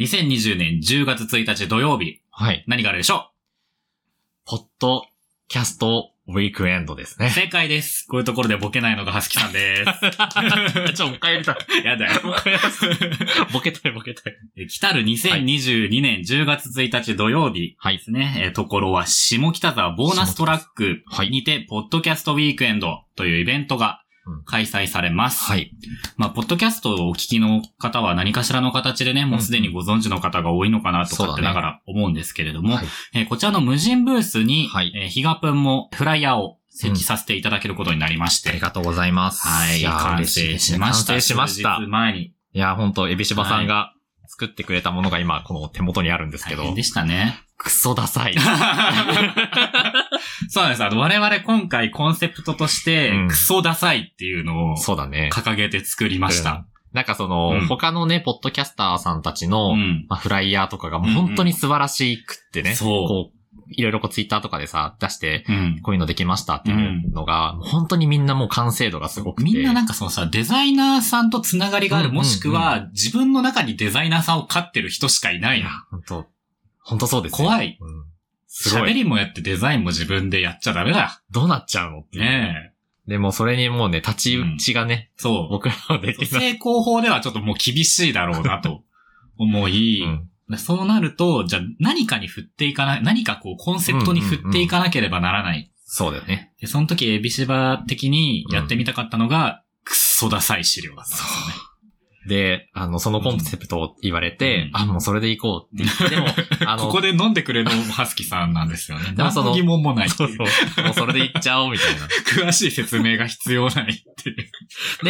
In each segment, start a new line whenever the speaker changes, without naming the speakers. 2020年10月1日土曜日、
はい。
何があるでしょ
ポッドキャストウィークエンドです
う
ね。
正解です。こういうところでボケないのがハスキさん で
ちょ、もう一回やり たい。
す。やだよ。
もう一回やりたい。ボケたい、ボケたい。
え来たる2022年10月1日土曜日
はい
ですね。えーところは、下北沢ボーナストラック
はい。
にて、ポッドキャストウィークエンドというイベントが
うん
開催されます。
はい。
まあ、ポッドキャストをお聞きの方は何かしらの形でね、もうすでにご存知の方が多いのかなと
そうだ
勝
ね
手ながら思うんですけれども、
はい
えーこちらの無人ブースに、
はい
えーヒガプンもフライヤーを設置させていただけることになりまして、
ありがとうございます。
はい、
や
完
嬉い
成
です
し
ね
ました。
完成しました
数日。前に。
いや、本当エビシバさんが作ってくれたものが今、この手元にあるんですけ
大
ど、
変でしたね。
クソダ サい。
そうなんです。あの、我々今回コンセプトとして
うん、
クソダサいっていうのを
そうだね。
掲げて作りました。
なんかその、
うん
他のね、ポッドキャスターさんたちの、
うん。
まあ、フライヤーとかがもう本当に素晴らしくって
うん
ね。
うんそう
こう、いろいろこうツイッターとかでさ、出して、
うん。
こういうのできましたっていうのが、もう本当にみんなもう完成度がすごくて。
みんななんかそのさ、デザイナーさんとつながりがある、
うんうんう
も
ん
しくは自分の中にデザイナーさんを飼ってる人しかいないい
や。、本当本当そうですね
怖い
うんすご
喋
い。
りもやってデザインも自分でやっちゃダメだ。
どうなっちゃうのっていう
ねえ。
でもそれにもうね、立ち打ちがね、
そう。
僕らはできない。
成功法ではちょっともう厳しいだろうなと思い、
うん
でそうなると、じゃあ何かに振っていかない、何かこうコンセプトに振っていかなければならない。
そうだよね。
で、その時、エビシバ的にやってみたかったのが、クソダサい資料だったんですよね。
で、あの、そのコンセプトを言われて、
うん
あ、もうそれで行こうって言って、 でも、あの、
ここで飲んでくれるのもハスキさんなんですよね。
でも
何
その
の疑問もないって
そ
いうう
そう、もうそれで行っちゃおうみたいな。
詳しい説明が必要ないって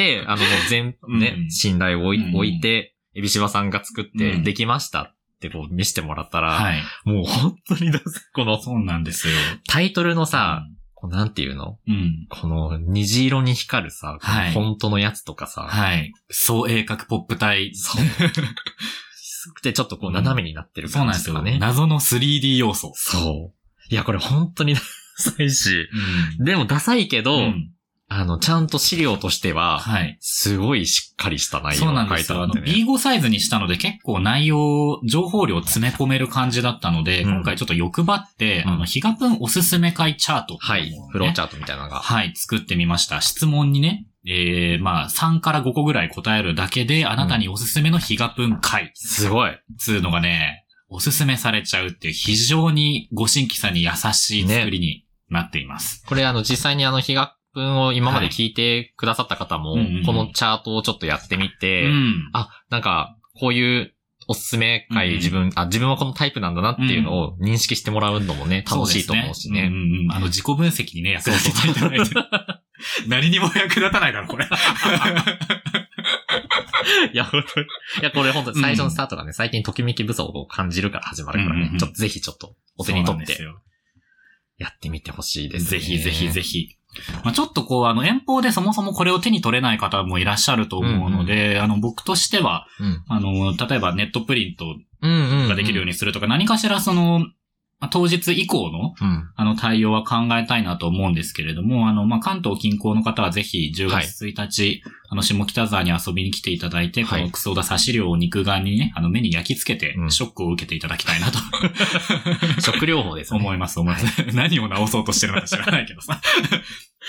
いう。
で、あの、もう全、
うん
ね、信頼を置い,、
うん
置いて、エビシバさんが作って、
うん
できましたってこう見せてもらったら、
はい。
もう本当にだこの、
そうなんですよ。
タイトルのさ、こうなんていうの
うん。
この虹色に光るさ、
はい
このフォントのやつとかさ、
はい。総鋭角ポップ体。
そう。すくてちょっとこう斜めになってる
そう
感
なんで
じ
す
と
よ
かね。。
謎の 3D 要素。
そう。いや、これ本当に ダサいし。でもダサいけど、
うん。うん
あの、ちゃんと資料としては、
はい。
すごいしっかりした内
そう
容
なん
が書
で
い
す
てあ
よ。あ
っ
の、
てね。
B5 サイズにしたので結構内容、情報量を詰め込める感じだったので、
うん
今回ちょっと欲張って、
うん
あの、ヒガプンおすすめ会チャートって
は
いう
い
のをね、。
フローチャートみたいなのが。
はい、作ってみました。質問にね、えー、まあ、3から5個ぐらい答えるだけで、あなたにおすすめのヒガプン会、
すごい。
つうのがね、おすすめされちゃうっていう、非常にご新規さんに優しい作りになっています。
これあの、実際にあの、日が分を今まで聞いてくださった方も、
はいうんうんうん
このチャートをちょっとやってみて、
うん。
あ、なんか、こういうおすすめ
うんう
会
ん
自分、あ、自分はこのタイプなんだなっていうのを認識してもらうのもね、楽しいと思うし
そ
ね
です。うんうんうん。あの、自己分析にね、役立てていただいて。 何にも役立たないだろ、これ。
いや、本当にいや、これ本当に最初のスタートがね、最近ときめき不足を感じるから始まるから
うん
ね
う、んうん
ちょっとぜひちょっとお手に
そう
取
なん
っ
です
て
よ
やってみてほしいです、
ぜ
ね。
ひぜひぜひ。まあ、ちょっとこう、あの、遠方でそもそもこれを手に取れない方もいらっしゃると思うので、あの、僕としては、
ひ。うん。
あの、例えばネットプリント
うんうん、
ができるよう
に。
にするとか、何かしらその、まあ当日以降の、
うん。
あの、対応は考えたいなと思うんですけれども、あの、まあ、関東近郊の方はぜひ10月1日、あの、下北沢に遊びに来ていただいて、
はい
このクソダサ資料を肉眼にね、あの、目に焼き付けて
う、ん
ショックを受けていただきたいなと、
食療法ですね。
思います、思います。 何を直そうとしてるのか知らないけどさ。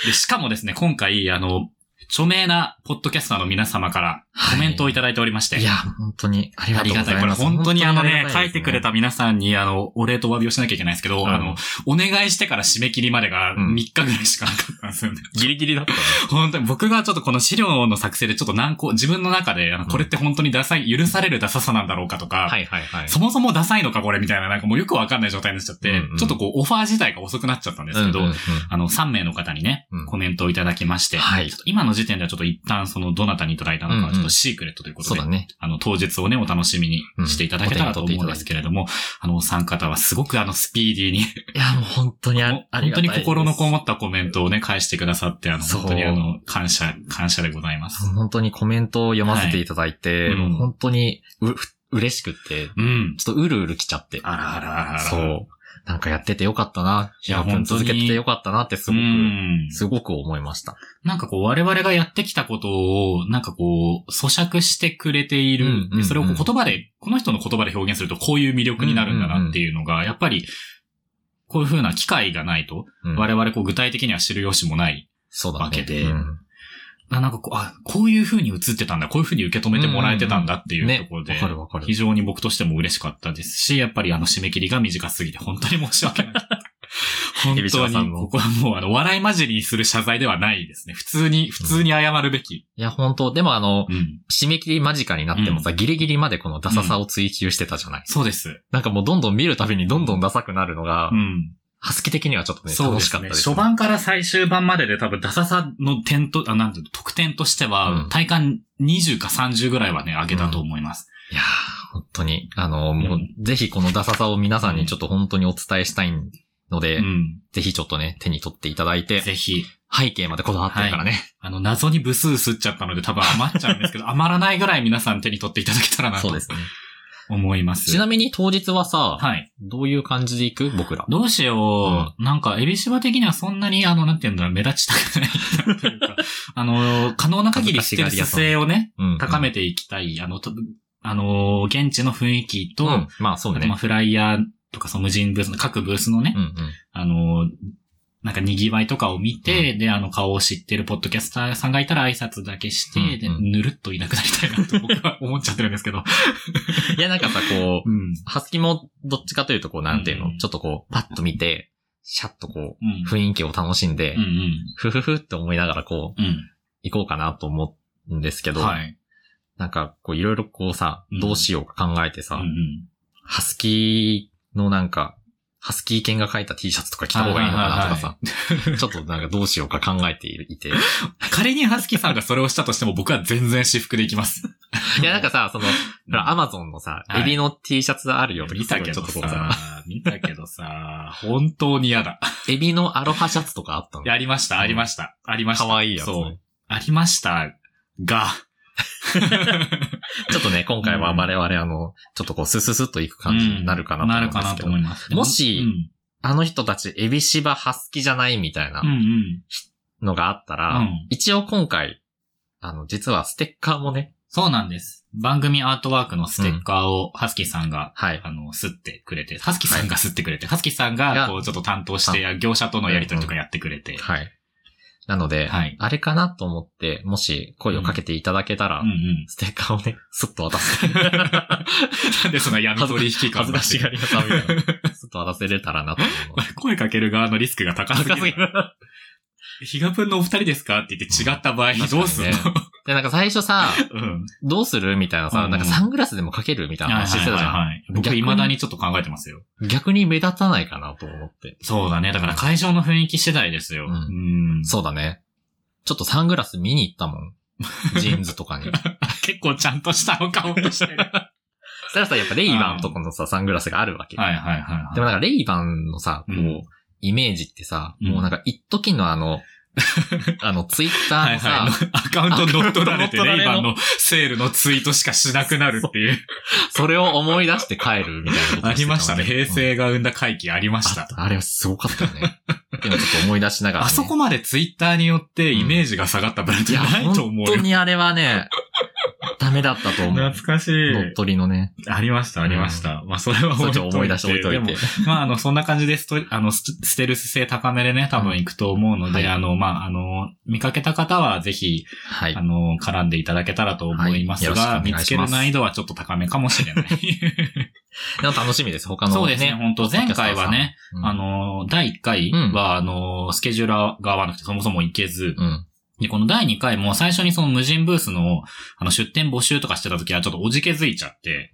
で、しかもですね、今回、あの、著名なポッドキャスターの皆様からコメントをいただいておりまして。
いや、本当にありが
あ
と
り
うご
が
ざ
たい。
い
これ
ます。
本当にあの
り
ね
が、た
書
で
い
すね
てくれた皆さんに、あの、お礼とお詫びをしなきゃいけないんですけど、
うん
あの、お願いしてから締め切りまでが
うん
3日ぐらいしかなかったんですよね。
ギリギリだったね。
本当に僕がちょっとこの資料の作成でちょっと難航、自分の中で、あの、
うん
これって本当にダサい、許されるダサさなんだろうかとか、
はいはいはい。
そもそもダサいのかこれみたいな、なんかもうよくわかんない状態になっちゃって、
うんうん
ちょっとこう、オファー自体が遅くなっちゃったんですけど、
うんうんうん
あの、3名の方にね
うん、
コメントをいただきまして、
はい
ちょっと今の時点ではちょっと一旦その、どなたにいただいたのかはちょっとシークレットということ
そう
で
だ、ね。
あの、当日をね、お楽しみにしていただけたらと思うんですけれども、あの、お三方はすごくあの、スピーディーに、
いや、もう本当にあ
もう
あり
本
が
当
たい
に
です。
心のこもったコメントをね、返してくださって、あの、
そう
本当にあの、感謝、感謝でございます。
本当にコメントを読ませていただいて、
はいうん
もう本当にう、う嬉しくって、
うん。
ちょっとうるうる来ちゃって。
あらあらあらあら
そう。なんかやっててよかったな。
いや
シャープン
本当に
続けててよかったなってすごく、
うん
すごく思いました。
なんかこう、我々がやってきたことを、なんかこう、咀嚼してくれている。
うんうんうん
でそれをこう言葉で、この人の言葉で表現すると、こういう魅力になるんだなっていうのが、やっぱり、こういう風な機会がないと、
うん
我々こう具体的には知る由もない。
そうだね。
わけで
うん
あなんかこう、あ、こういう風に映ってたんだ、こういう風に受け止めてもらえてたんだっていうところで、
ねわかるわかる
非常に僕としても嬉しかったですし、やっぱりあの締め切りが短すぎて本当に申し訳 ない。本
海老
当
沢さん
に、
の
ここはもうあの、笑い混じりにする謝罪ではないですね。普通に、普通に謝るべき。
いや、本当でもあの、
うん。
締め切り間近になってもさ、ギリギリまでこのダサさを追求してたじゃない、
そうです。
なんかもうどんどん見るたびにどんどんダサくなるのが
う、ん。
ハスキ的にはちょっとね、
そう
楽
で
し
す
かった
ね。
です、
初版から最終版までで多分ダサさの点と、あ、なんていうの、得点としては
う、ん
体感20か30ぐらいはね、上げたと思います。
いやー、本当に、あの、もう、
うん
ぜひこのダサさを皆さんにちょっと本当にお伝えしたいので、
うん。
ぜひちょっとね、手に取っていただいて、
ぜひ。
背景までこだわってるからね。
あの、謎に部数吸っちゃったので多分余っちゃうんですけ ど、余らないぐらい皆さん手に取っていただけたらな
そ
と
うですね。
思います。
ちなみに当日はさ、
はい。
どういう感じで行く僕ら。
どうしよう。なんか、エビシバ的にはそんなに、あの、なんていうんだろう、目立ちたくないという か。あの、可能な限りしてる姿勢をね、
うん
高めていきたい。あの、とあの、現地の雰囲気と、
うんうんまあそう
あ
ね。
とまあフライヤーとかその無人ブースの各ブースのね、
うんうん。
あの、なんか賑わいとかを見て、で、あの顔を知ってるポッドキャスターさんがいたら挨拶だけして、
うんう
で、
ん
ぬるっといなくなりたいなと僕は思っちゃってるんですけど。
いや、なんかさ、 こう、
ん。
ハスキもどっちかというと、こう、なんていうの、
うん
ちょっとこう、パッと見て、シャッとこ
うん
う、。雰囲気を楽しんで
うん、
ふふふって思いながらこう、
うん。
行こうかなと思うんですけ
うん。
ど、
はい。
なんかこう、いろいろこうさ
うん、
どうしようか考えてさ、
うんうん。
ハスキーのなんか、ハスキー犬が描いた T シャツとか着た方がいいのかなとかさ、 ちょっとなんかどうしようか考えて いて。い
仮にハスキーさんがそれをしたとしても僕は全然私服で行きます。
や、なんかさ、その、ほらアマゾンのさ、
はい
エビの T シャツあるよとか、
見たけど
すごいちょっとこうさ、
さ、見たけどさ、本当に嫌だ。
エビのアロハシャツとかあったの。
やりました、ありました。ありました。
かわいいやつね、
そう。ありましたが、
ちょっとね、今回は我々あの、ちょっとこう、スススッといく感じになるかなと思
な
うん
る
ですけ
か
ど。
なと思います。
もし
うん
あの人たち、エビシバハスキじゃないみたいな
うんうん。
のがあったら、
うん
一応今回、あの、実はステッカーもね、
そうなんです。番組アートワークのステッカーを、ハスキーさんが、
はい。
あの、吸ってくれて、ハスキーさんが吸ってくれて、ハスキーさんが、
が
こう、ちょっと担当して、業者とのやりとりとかやってくれて。
はい。なので、
はい
あれかなと思って、もし声をかけていただけたら、
うんうん。
ステッカーをね、スッと渡す。
なんでそんな闇取引感
恥ずかしがり屋さんみたいな。スッと渡せれたらなと思うので。
声かける側のリスクが高すぎ
高すぎ
る。
る。
ヒガプンのお二人ですかって言って違った場合、どうすんの、
確かにねで、なんか最初さ、
うん。
どうするみたいなさ、
うん
なんかサングラスでもかけるみたいな話してたじゃん。
はい僕、
逆に
未だにちょっと考えてますよ。
逆に目立たないかなと思って。
そうだね。だから会場の雰囲気次第ですよ。
うん
ん
そうだね。ちょっとサングラス見に行ったもん。ジーンズとかに。
結構ちゃんとしたお顔をして る。はい
そしたらさ、やっぱレイバンとかのさ、サングラスがあるわけ。
はいはいはい。
でもなんかレイバンのさ、こう、
うん
イメージってさ、
うん
もうなんか一時のあ の、あの、ツイッター
はい
のさ、
はい。アカウント乗っ取られて、
アカウント乗っ取られ
レイ
の
バンのセールのツイートしかしなくなるっていう。
それを思い出して帰るみたいなこと
あ
をして
り
の
ましたね。平
うん
成が生んだ回帰ありました。
ああれはすごかったよね。今ちょっと思い出しながら、ね。
あそこまでツイッターによってイメージが下がったブランド
い
じ
や、
ゃないと思
本
う
当
よ。
にあれはね、ダメだったと思
懐
う。
かしい。
乗っ取りのね。
ありました、ありました。まあ、それは
そ
置
れ
いと
ちょっと思い出しておいと
で
いて
も。まあ、あの、そんな感じでスト、あの、スステルス性高めでね、多分行くと思うので、
はい
あの、まあ、あの、見かけた方はぜひ、
はい
あ。の、絡んでいただけたらと思いますが、
はいよ
見
ろ
つ
しく
け
お願いします
る難易度はちょっと高めかもしれない。
でも楽しみです。他の、
そうですね本当前回はね、
ポッ
あ
ドキャスターさんうん
の、第1回は、あの、スケジューラーが合わなくてそもそも行けず、
うん。
で、この第2回も最初にその無人ブースの、あの、出店募集とかしてた時はちょっとおじけづいちゃって、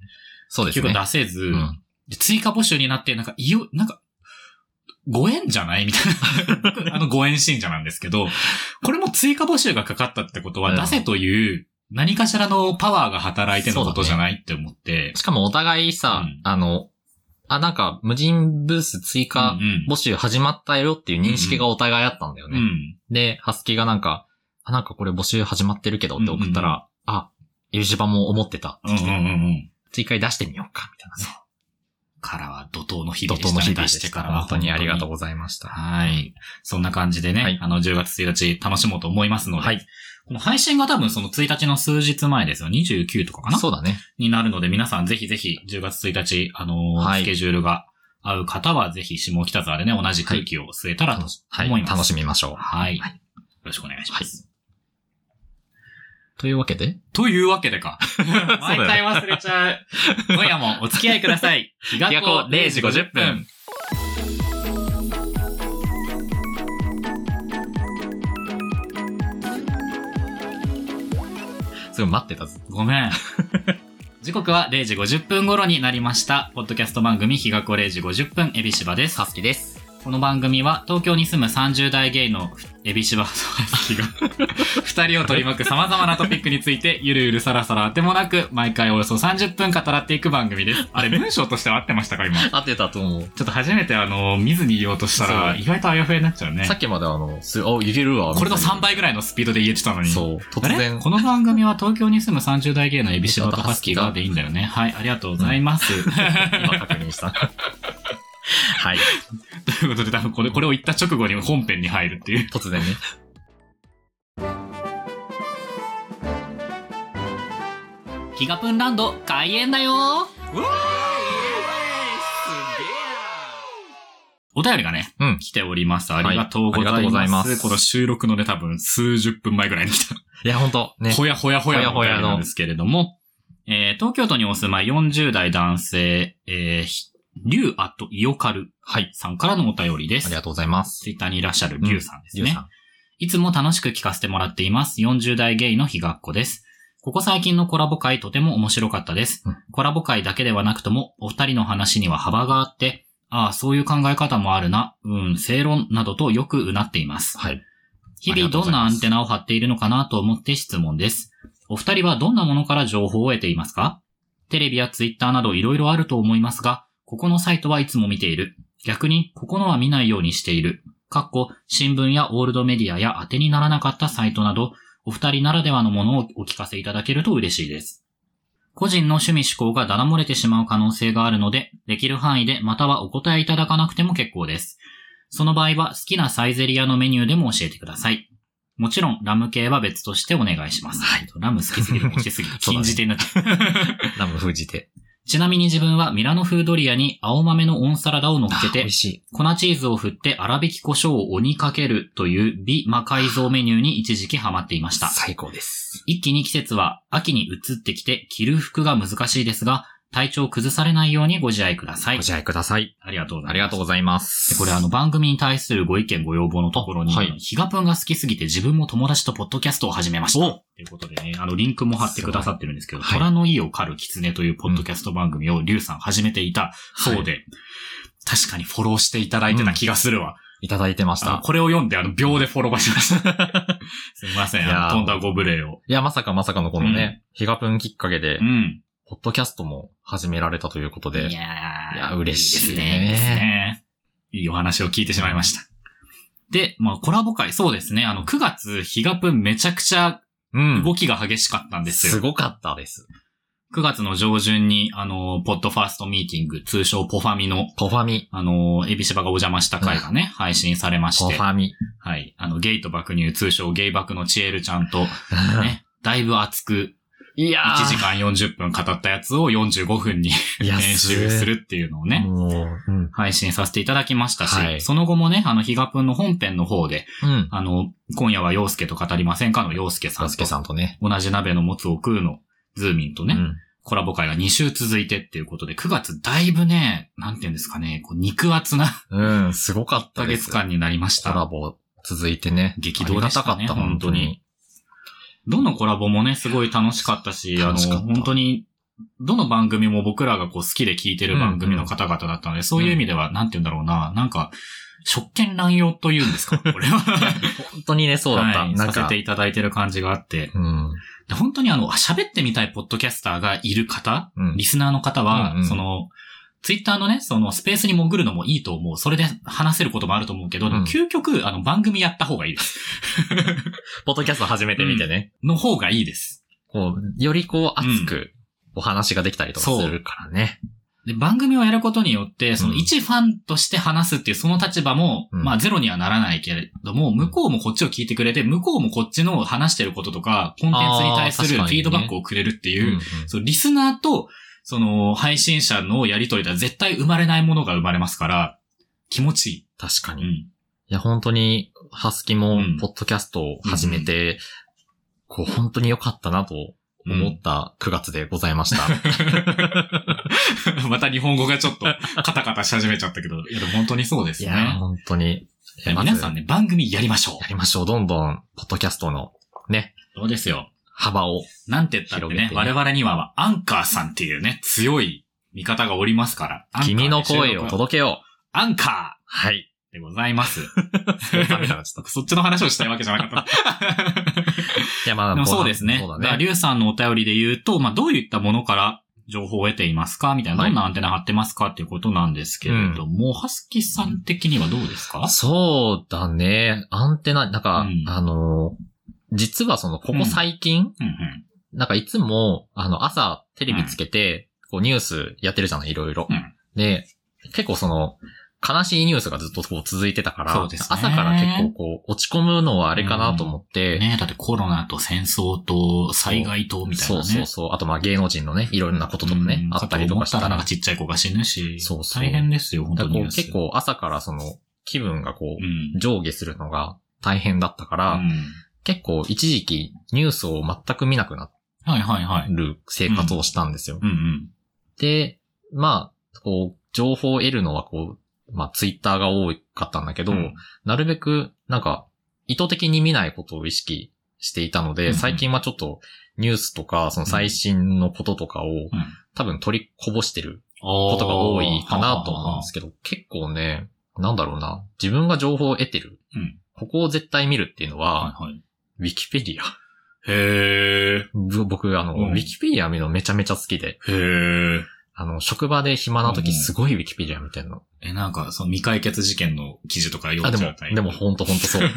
そうです
結
ね
局。出せず、
うん
で追加募集になって、なんか、いよ、なんか、ご縁じゃないみたいな。 僕あの、ご縁信者なんですけど、これも追加募集がかかったってことは、
うん
出せという、何かしらのパワーが働いてのことじゃないって思って、
しかもお互いさ、
うん
あの、あ、なんか、無人ブース追加
うんうん
募集始まったよっていう認識がお互いあったんだよね。
うん。
で、ハスキーがなんか、あ、なんかこれ募集始まってるけどって送ったら、あ、エビシバも思ってた。
うんうんうんうん。
追加に出してみようか、みたいなね。
からは怒涛の日
怒
々でした
涛の
ね。
日々
出
で
して
し
か
た。
らは
本当にありがとう
う。
ございました。
はい。そんな感じでね、
はい
あの、10月1日楽しもうと思いますので、
はい
この配信が多分その1日の数日前ですよ。29とかかな
そうだね。
になるので、皆さんぜひぜひ10月1日、あのー
はい
スケジュールが合う方は、ぜひ下北沢でね、同じ空気を吸えたらと思
はいい。
ます。
楽しみましょう。
はい。
は
よろしくお願いします。
というわけで、
というわけで か。毎回忘れちゃう。今夜もお付き合いください。日が
日が
子
子
0
0
時
時
50分
50分。すごい待ってたぞ。
ごめ ん。時刻は0時50分頃になりました。ポッドキャスト番組、日が子0時50分、エビシバです。
サスキです。
この番組は東京に住む30代ゲイのエビシバ サワスキが 二人を取り巻く様々なトピックについてゆるゆるさらさらあてもなく毎回およそ30分語らっていく番組です。あれ文章としては合ってましたか今。ち
合ってたと思う。
ょっと初めてあの、見ずに言おうとしたら
そう
意外とあやふやになっちゃうね
さ。っきまであの、す、あ、いけるわ。
これの
みたいな
3倍ぐらいのスピードで言えてたのに。
そう。突
あれ
然。
この番組は東京に住む30代芸のエビシバとハスキーがでいいんだよね。はい、ありがとうございます。
今確認した。 はい。
ということで多分これこれを言った直後に本編に入るっていう。
突然ね。
ギガプンランド開演だよお便りがね、
うん
来ております。あ
い
りがとうございます。
ありがとうございます
この収録のね、多分数十分前ぐらいに来た、
いや、ほんと、ね。
ほやほやほやのお
ほや
便り
ほやの
なんですけれども、えー、東京都にお住まい40代男性、えー、ひリュウアットイオカル
はい。
さんからのお便りで
あ
す
り。がとうございます。
ツイッターにいらっしゃるリュウさんですね。
リュウさん
いつも楽しく聞かせてもらっています。40代ゲイの日がっこです。ここ最近のコラボ会とても面白かったです。
うん
コラボ会だけではなくとも、お二人の話には幅があって、ああ、そういう考え方もあるな、うん、正論などとよくうなっています。
はい。
日々どんなアンテナを張っているのかなと思って質問です。お二人はどんなものから情報を得ていますかテレビやツイッターなどいろいろあると思いますが、ここのサイトはいつも見ている。逆に、ここのは見ないようにしている。かっこ、新聞やオールドメディアや当てにならなかったサイトなど、お二人ならではのものをお聞かせいただけると嬉しいです。個人の趣味思考がだだ漏れてしまう可能性があるので、できる範囲でまたはお答えいただかなくても結構です。その場合は好きなサイゼリアのメニューでも教えてください。もちろん、ラム系は別としてお願いします。はい。ラム好きすぎる、好きすぎる。
そう
禁
だね
じ手になっちゃう
ラム封じて。
ちなみに自分はミラノ風ドリアに青豆のオンサラダを乗っけ
あ美
て
味、しい。
粉チーズを振って粗挽き胡椒を鬼かけるという美魔改造メニューに一時期ハマっていました。
最高です。
一気に季節は秋に移ってきて着る服が難しいですが、体調を崩されないようにご自愛ください
ご。自愛ください。
ありがとうございます。
ありがとうご
ざい
ざいま。
ますこれあの、番組に対するご意見ご要望のところに、
あ
あ
はい
のヒガプンが好きすぎて自分も友達とポッドキャストを始めました。
お
ということでね、あの、リンクも貼ってくださってるんですけど、
すごいはい
虎の意を狩る狐というポッドキャスト番組をリュウさん始めていたそうで、確かにフォローしていただいてた気がするわ。
いただいてまし
あの
た。
これを読んで、あの、秒でフォローバしま した。すみません、
いや
あ
ー
の、とんだご無礼を。
いや、まさかまさかのこのね、ヒガプンきっかけで
う、ん。
ポッドキャストも始められたということで
い、やー
いや嬉し
い
いね
いですね。いいですねいいお話を聞いてしまいました。で、まあ、コラボ会、そうですね。あの、9月、ヒガプンめちゃくちゃ
うん。
動きが激しかったんですよ。
すごかったです。
9月の上旬に、あの、ポッドファーストミーティング、通称ポファミの、
ポファミ、
あの、エビシバがお邪魔した回がね、配信されまし
ポ
て
フ、ァミ。
はい。あの、ゲイと爆乳、通称ゲイ爆のチエルちゃんと、 ね、だいぶ熱く、
いや
1時間40分語ったやつを45分に
いや
編集するっていうのをね、
もう、うん。
配信させていただきましたし、
はい
その後もね、あの、ヒガプンの本編の方で、
うん。
あの、今夜は陽介と語りませんかの陽介さ
サ
ん
スケ
と、
さんとね。
同じ鍋のもつを食うの、ズーミンとね、
うん
コラボ会が2週続いてっていうことで、9月だいぶね、なんて言うんですかね、こう肉厚な
うん、すごかっ
1
た
ヶ
です。
月間になりまし
コラ
た。
ボ続いてね。
激動でしたね
ありがたかった、本当に。
どのコラボもね、すごい楽しかったし、あの、
楽しかった
本当に、どの番組も僕らがこう好きで聞いてる番組の方々だったので、そういう意味では、なんて言うんだろうな、なんか、職権乱用というんです か、これは。
本当にね、そうだった。
はい
なん
させ
か
て、いただいてる感じがあって、
うん。
で本当にあの、喋ってみたいポッドキャスターがいる方
うん
リ。スナーの方は、
うんうん
その、ツイッターのね、そのスペースに潜るのもいいと思う。それで話せることもあると思うけど、でも
うん
究極、あの、番組やった方がいいです。
ポッドキャスト始めてみてね。
の方がいいです。
こう、よりこう、熱くお話ができたりとかするからね。
で、番組をやることによって、その
うん
一ファンとして話すっていうその立場も、
うん
まあゼロにはならないけれども、向こうもこっちを聞いてくれて、向こうもこっちの話してることとか、コンテンツに対する
あー確
フ
かにね
ィードバックをくれるっていうう、
ん
そう、リスナーと、その、配信者のやりとりでは絶対生まれないものが生まれますから、気持ちい
確か
い。
に。
う
い
ん。
や、本当に、ハスキ
う
も
ん、
ポッドキャストを始めて、こう、本当に良かったなと思った9月でござい ました。
また日本語がちょっと、カタカタし始めちゃったけど、いや、でも本当にそうです
い
よ
や、
ね。
本当に。
いや皆さん
ね。
ね、番組やりましょ
やりましょう。どんどん、ポッドキャストの
う。そうですよ。
幅を。
なんて言ったってね、
広げてね
我々にはアンカーさんっていうね、強い味方がおりますから。アンカーで
君の声を
収録
届けよう。
アンカ
はい。
ーでござい ます。
そうダメだな ちょっ
そっちの話をしたいわけじゃなかった。
といや、まあ、
でもそうですね。
そ
そうう
だ
だ
ね。
リュウさんのお便りで言うと、まあ、どういったものから情報を得ていますかみたいな、
はい
どんなアンテナ張ってますかっていうことなんですけれども、ハスキさん的にはどうですか
そうだね。アンテナ、なんか、
うん
あの、実はその、ここ最近、
うんうん。
なんかいつも、あの、朝テレビつけて、こうニュースやってるじゃない、いろいろ。
うん
で、結構その、悲しいニュースがずっとこう続いてたから、
そうですね
朝から結構こう、落ち込むのはあれかなと思って、
ねだってコロナと戦争と災害とみたい
そ
なね。
うそうそう。あとまあ芸能人のね、いろんなこととかね
う、ん
あったりとかした
と思ったらなん
ら
か、ちっちゃい子が死ぬし、
そうそう
大変ですよ、本
だ
当
からこ
に
う。結構朝からその、気分がこ
う
う、
ん。
上下するのが大変だったから、
うん
結構一時期ニュースを全く見なくな
はいはいはい。
る生活をしたんですよ。
うんうん。
で、まあ、こう、情報を得るのはこう、まあ、ツイッターが多かったんだけど、
うん
なるべく、なんか、意図的に見ないことを意識していたの
うん
で、
うん
最近はちょっと、ニュースとか、その最新のこととかを、多分取りこぼしてるこ
こと
が多いかなと思うんですけど、結構ね、なんだろうな、自分が情報を得てる。
うん
ここを絶対見るっていうのは、
はいはい。
ウィキペディア。
へ
ぶ僕、あの、
うん
ウィキペディア見るのめちゃめちゃ好きで、
ー。へー。
あの、職場で暇な時すごいウィキペディア見てんの。
え、なんか、その未解決事件の記事とか読
あ、
ん
で
じゃうタイ
も、
プ
でもほんとほん とそう。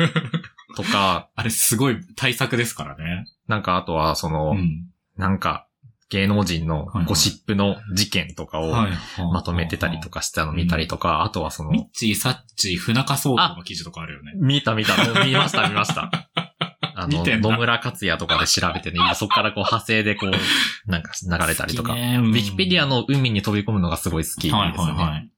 とか、
あれすごい対策ですからね。
なんかあとは、その、
ん。
なんか、芸能人の
はいはい
ゴシップの事件とかを
はい
まとめてたりと
か。
かしたの見たりとか、あとはそ
ミッ
の、
チー、サッチー、船かそうとの記事とかあるよね。
見た見た、見ました見 ました。あの、
見てんだ
野村克也とかで調べてね、今そこからこう派生でこう、なんか流れたりとか。
好
ウ
きねうん
ィキペディアの海に飛び込むのがすごい好きです
はいはい
ね。
はい。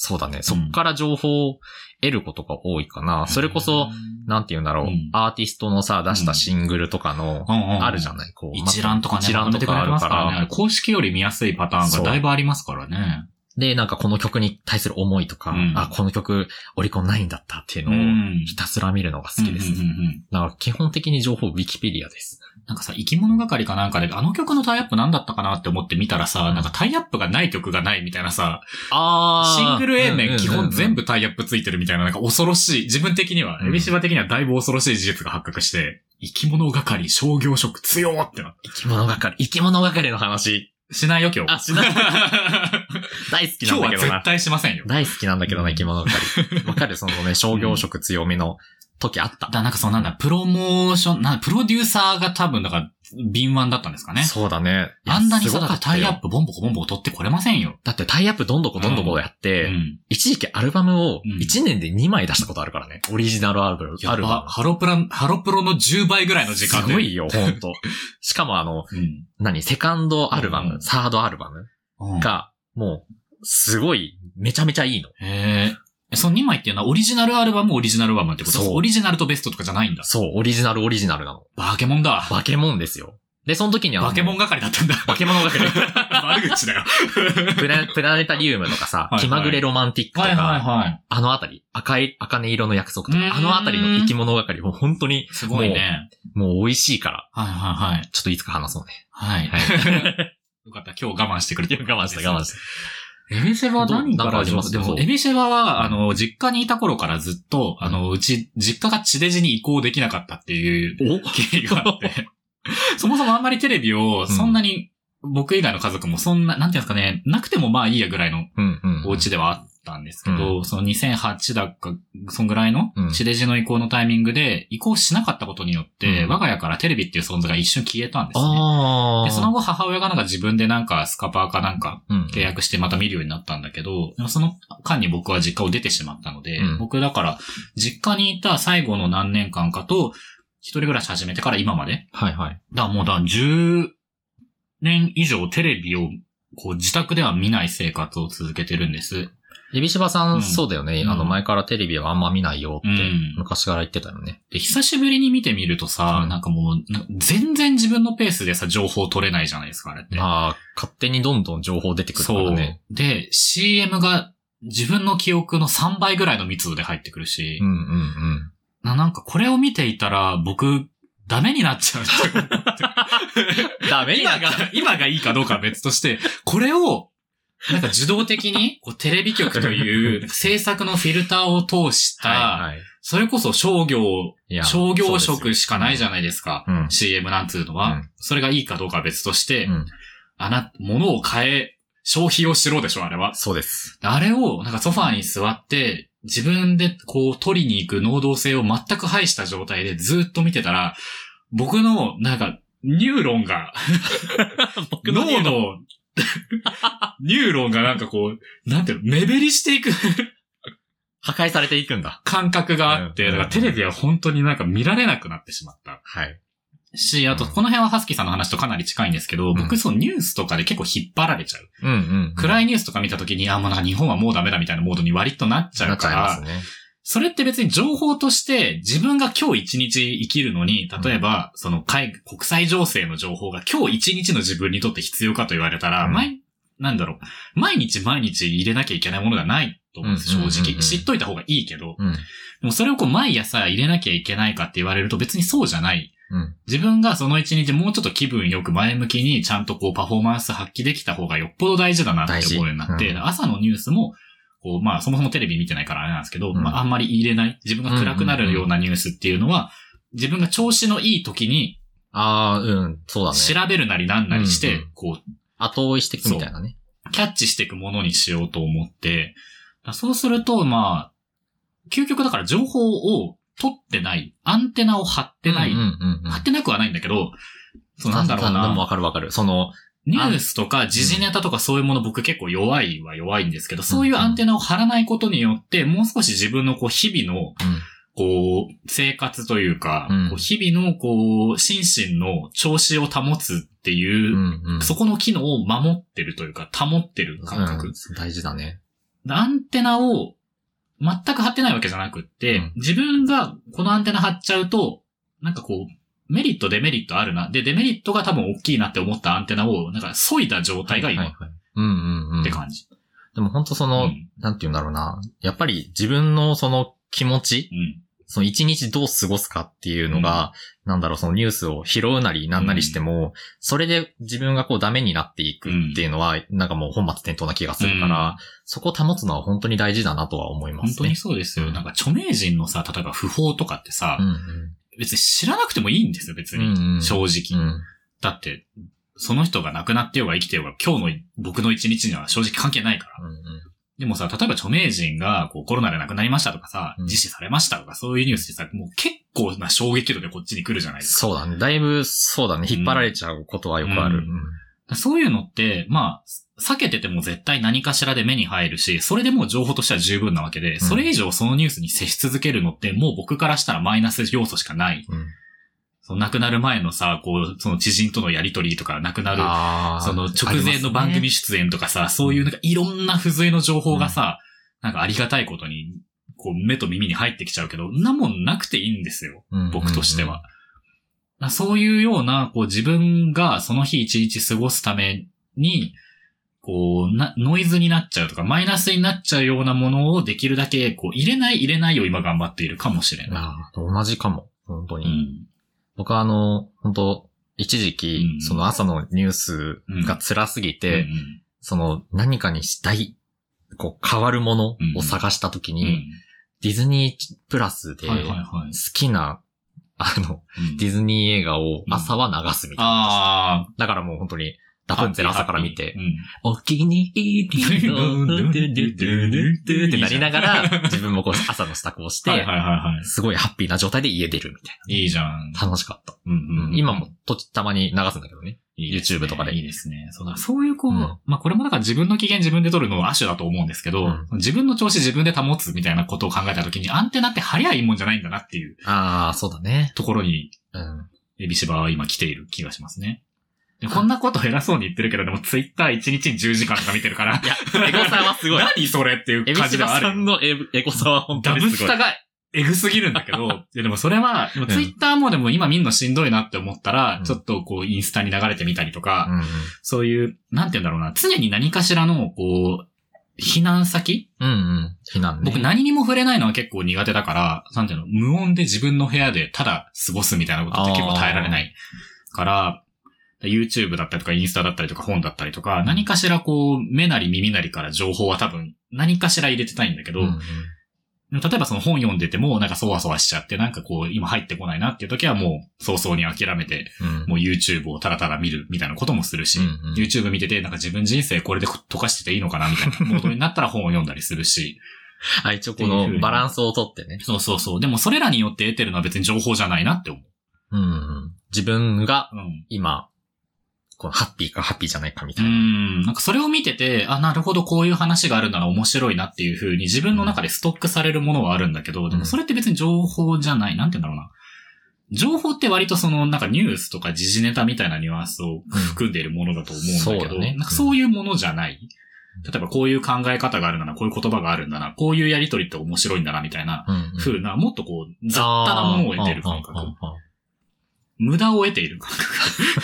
そうだね。そっから情報を得ることが多いかな。それこそ、なんて言うんだろう
うん。
アーティストのさ、出したシングルとかの
うん、うんうん、
あるじゃ
ん。
ないこう。
一覧とかね、
一覧とかある
まとめてくれてま
か
すからね。あ
ら。
れ公式より見やすいパターンがだいぶありますからね。
で、なんかこの曲に対する思いとか
うん、
あ、この曲オリコンないんだったっていうのを
ん
ひたすら見るのが好きです
うんうん。うんうん
だから基本的に情報ウィキペディアです。
なんかさ、生き物係かなんかで、あの曲のタイアップなんだったかなって思って見たらさ、なんかタイアップがない曲がないみたいなさ、
あ
シングル A 面基本全
部。
部タイアップついてるみたいな、なんか恐ろしい、自分的には、
うん
エビシバ的にはだいぶ恐ろしい事実が発覚して、生き物係、商業職強ってなっ
生き物係、生き物係の話。
た。しないよ、今日。
あし ない
今日は
大好きなんだけど
絶
な。
対しませんよ。
大好きなんだけど
う
な、
ん
生き物 係。わかるそのね、商業色強めの時あった。
だ、なんかそうなんだ、プロモーション、なんだプロデューサーが多分、だから、敏腕だったんですかね。
そうだね。いや
あんなにさ、
すご
だっ
か
て
った
タ
よ
イアップボンボコボンボコ取ってこれませんよ。
だってタイアップどんどこどんどこやって、
うん。
一時期アルバムを
うん
1年で2枚出したことあるからね。オリジナルアルバム。
や
アル
ば
バ、ム
ハロプラ、ハロプロの10倍ぐらいの時間
す
で。
ごいよ、ほん と。しかもあの、
うん。
何、セカンドアルバム、
うん
サードアルバム
うん。
が、もう、すごい、めちゃめちゃいいの。
へえ。その2枚っていうのはオリジナルアルバム、オリジナルアルバムってこと
そう
オリジナルとベストとかじゃないんだ。
そう、オリジナルオリジナルなの。
バケモンだ。
化け物ですよ。で、その時には、
バケモン係だったん だ。
化け物が
悪口だよ。
プラプラネタリウムとかさ
はいはい、
気まぐれロマンティックとか、
は
あのあたり、赤い、赤ね色の約束と
うーん
か、あのあたりの生き物係、もう本当に
い。、すごいね。
もう美味しいから、
はいはいはい。
ちょっといつか話そうね。
はい。
はい。
よかった。今日我慢してくれて
我慢した、我慢
し。
した
エビシェバは何か
どなんからあります
でも、
そう
エビシェバは、あの、実家にいた頃からずっと、
うん
あの、うち、実家が地デジに移行できなかったっていう
た。お
経緯があって、 そもそもあんまりテレビを、そんなに、僕以外の家族もそんな、なんていうんですかね、なくてもまあいいやぐらいの
うんうん。
お家ではあっったんですけど、その2008だか、そんぐらいの、地デジの移行のタイミングで、移行しなかったことによって、
うん
我が家からテレビっていう存在が一瞬消えたんですね。
あ
で
あ。
その後母親がなんか自分でなんかスカパーかなんか
うん、
契約してまた見るようになったんだけど、でもその間に僕は実家を出てしまったので、
うん
僕だから実家にいた最後の何年間かと、一人暮らし始めてから今まで。
はいはい。
だからもうだ、10年以上テレビをこう自宅では見ない生活を続けてるんです。
指柴さん、
うん
そうだよね。あの、
うん
前からテレビはあんま見ないよって
うん、
昔から言ってたよね。
で、久しぶりに見てみるとさ、
うん
なんかもう、な全然自分のペースでさ、情報取れないじゃないですか、あれって。
まあ、勝手にどんどん情報出てくるか
そ
ら
う
ね。。
で、CM が自分の記憶の3倍ぐらいの密度で入ってくるし、
うんうんうん。
ななんかこれを見ていたら僕、ダメになっ ちゃうっていう。
ダメ
今が、今がいいかどうかは別として、これを、なんか自動的 に、こうテレビ局という制作のフィルターを通した、
はいはい。
それこそ商業、
いや
商業
そうで
職
す
しかないじゃないですか。
ようん
CM なんつうのは、
うん
それがいいかどうかは別として、
うん
あな、物を買え、消費をしろでしょ、あれは。
そうです。
あれを、なんかソファーに座って、自分でこう取りに行く能動性を全く排した状態でずっと見てたら、僕の、なんか、ニューロン が、脳の、ニューロンがなんかこう、なんていうの、目減りしていく
破壊されていくんだ。
感覚があって、
うん
だからテレビは本当になんか見られなくなってしまった。
はい。
し、あと、
うん
この辺はハスキーさんの話とかなり近いんですけど、
う
僕、
ん
そのニュースとかで結構引っ張られちゃう。
うんうん。
暗いニュースとか見た時に、あ、もうなんか日本はもうダメだみたいなモードに割となっちゃ
な
う
っち
か
ゃいま
ら
す、ね。
それって別に情報として自分が今日一日生きるのに、例えば、その海、国際情勢の情報が今日一日の自分にとって必要かと言われたら、
うん
毎、なんだろう、毎日毎日入れなきゃいけないものではないと思うんです、
うん
正
うんうんうん
直。知っといた方がいいけど、
うん。
でもそれをこう毎朝入れなきゃいけないかって言われると別にそうじゃない。
うん
自分がその一日もうちょっと気分よく前向きにちゃんとこうパフォーマンス発揮できた方がよっぽど大事だなって思うようになって、
大事うん
朝のニュースも、こうまあそもそもテレビ見てないからあれなんですけど、
うん
まああんまり入れない、自分が暗くなるようなニュースっていうのは、自分が調子のいい時に
ああ、うん。そうだね。
調べるなりなんなりし
う
て
んうん、
こう
後追いしていくみたいなね。
キャッチしていくものにしようと思って、だそうすると、まあ、究極だから情報を取ってない、アンテナを張ってない、
うんうんうん。
張ってなくはないんだけど、そうなんだろう
でも
な、
わかるわかる。その、
ニュースとか時事ネタとかそういうもの僕結構弱いは弱いんですけど、そういうアンテナを張らないことによって、もう少し自分のこう日々の、
うん。
こう、生活というか、
うん
こう日々のこう、心身の調子を保つっていう、
うんうん。
そこの機能を守ってるというか、保ってる感覚。
うん大事だね。
アンテナを全く張ってないわけじゃなくって、
うん
自分がこのアンテナ張っちゃうと、なんかこう、メリット、デメリットあるな。で、デメリットが多分大きいなって思ったアンテナを、なんか、削いだ状態が今
はいはいうんうんうん。
って感じ。
でも本当そ
う
の、
ん
なんて言うんだろうな。やっぱり自分のその気持ち、
うん。
その一日どう過ごすかっていうのが、なんだろう、そのニュースを拾うなりなんなりしても、それで自分がこうダメになっていくっていうのは、なんかもう本末転倒な気がするから、そこを保つのは本当に大事だなとは思いま
本
す
当
ね
に。そうですよ。
うん
なんか、著名人のさ、例えば不法とかってさ、別に知らなくてもいいんですよ、別
うんうん。うんう
に。
ん
正直。
うん
だって、その人が亡くなってようが生きてようが、今日の僕の一日には正直関係ないから。
うんうん
でもさ、例えば著名人がこうコロナで亡くなりましたとかさ、
うん
自死されましたとか、そういうニュースってさ、もう結構な衝撃度でこっちに来るじゃないです
そうだね。だいぶ、そうだね。引っ張られちゃうことはよくある。
うんか。そういうのって、まあ、避けてても絶対何かしらで目に入るし、それでもう情報としては十分なわけで、それ以上そのニュースに接し続けるのって、もう僕からしたらマイナス要素しかない。
うん
その亡くなる前のさ、こう、その知人とのやりとりとか、亡くなる
あー
その直前の番組出演とかさ、そういうなんかいろんな付随の情報がさ、なんかありがたいことに、こう目と耳に入ってきちゃうけど、んなもんなくていいんですよ。僕としては。。なそういうような、こう自分がその日一日過ごすために、こうな、ノイズになっちゃうとか、マイナスになっちゃうようなものをできるだけ、こう入れない入れないを今頑張っているかもしれ
うんうん
ない。
あー同じかも。本当
う
に。
ん。
僕はあの、本当一時期、
うん
その朝のニュースが辛すぎて、
うんうん
その何かにしたい、こう変わるものを探したとき
う
に、
ん。
ディズニープラスで、
はいはい
好
はい。
きな、あの、
うん
ディズニー映画を朝は流すみたいな。
ああ、
だからもう本当に、ラプンツェル朝から見て
う、ん。
お気に入りの、ドゥドゥドゥドゥドゥってなりながら、自分もこう朝の支度をし
はいはい
て、
はいは
すごいハッピーな状態で家出るみたい
い。いいじゃん。
な。楽しかった。
うんうんうん
今もとたまに流すんだけどね。
いいですね
YouTube とかで
いいですね。そうだ。そういうこう、
うん
まあこれもだから自分の機嫌自分で取るのは亜種だと思うんですけど、
うん
自分の調子自分で保つみたいなことを考えたときに、アンテナって張りゃいいもんじゃないんだなっていう
ああ、そうだね。
ところに、
うん。
エビシバは今来ている気がしますね。でこんなこと偉そうに言ってるけど、でもツイッター1日に10時間とか見てるから、
いや、エゴさはすごい。
何それっていう
エビ
感
シ
じでは
バ
ある
さん
よ。
のエエゴさは本当
ダ
に
ブ
す
ス
ご
タ
い。
がエグすぎるんだ けど、いやでもそれは、でもツイッターもでも今見んのしんどいなって思ったら、
うん
ちょっとこうインスタに流れてみたりとか、
うん
そういう、なんて言うんだろうな、常に何かしらの、こう、避難先
うんうん。避難ね。
僕何にも触れないのは結構苦手だから、なんていうの、無音で自分の部屋でただ過ごすみたいなことって結構耐えられないから、YouTube だったりとかインスタだったりとか本だったりとか、何かしらこう、目なり耳なりから情報は多分何かしら入れてたいんだけど、
うんうん
例えばその本読んでてもなんかそわそわしちゃってなんかこう、今入ってこないなっていう時はもう早々に諦めて、
うん
もう YouTube をただただ見るみたいなこともするし、
うんうん
YouTube 見てて、なんか自分人生これで溶かしてていいのかなみたいな モードになったら本を読んだりするし。
あ、一応このバランスをとってね。
そうそうそう。でもそれらによって得てるのは別に情報じゃないなって思う。
うんうん。自分が
うん。
今、このハッピーかハッピーじゃないかみ
う
たいな。
ん。なんかそれを見てて、あ、なるほどこういう話があるなら面白いなっていう風に自分の中でストックされるものはあるんだけど、でもそれって別に情報じゃない。なんて言うんだろうな。情報って割とその、なんかニュースとか時事ネタみたいなニュアンスを含んでいるものだと思うんだけ
そう
ど、
だね
なんかそういうものじゃない。例えばこういう考え方があるんだな、こういう言葉があるんだな、こういうやりとりって面白いんだな、みたいな
うんうん
風な、もっとこう、雑多なものを得てる感
あーあー
覚。
あーあー
無駄を得ている感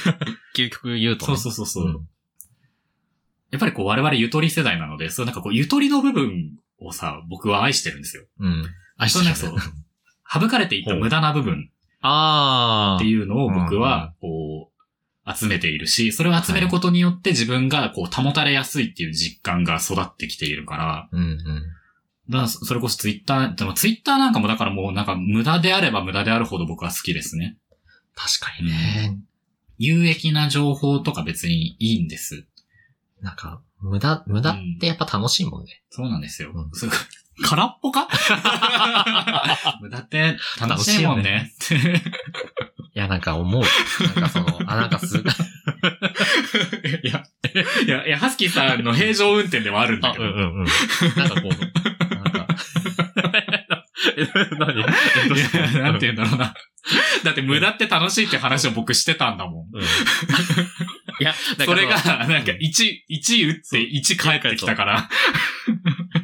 覚。
究極言うと
そ
ね。
うそうそうそうう。
ん
やっぱりこう我々ゆとり世代なので、そうなんかこうゆとりの部分をさ、僕は愛してるんですよ。
うん。あ、
そうなんかそう。省かれていった無駄な部分
あ
っ
あ
て。いうのを僕は、こう、集めているし、それを集めることによって自分がこう保たれやすいっていう実感が育ってきているから、
うんうん。
だからそそれこそツイッター、でもツイッターなんかもだからもうなんか無駄であれば無駄であるほど僕は好きですね。
確かにね。
有益な情報とか別にいいんです。
なんか、無駄、無駄ってやっぱ楽しいもんね。
そうなんですよ。
うん
すごい空っぽか 無駄って楽しいもんね。
いや、なんか思う。なんかその、あ、なんかす、
いや、いや、いや、ハスキーさんの平常運転ではあるんだ
あ、
け
うん
ど。
うんうん。なんかこう、なんか。 え、何
いやなんて言うんだろうな。だって無駄って楽しいって話を僕してたんだもん。
うんいや、なんか
それが、
そ
なんか1、1打って1返ってきたから。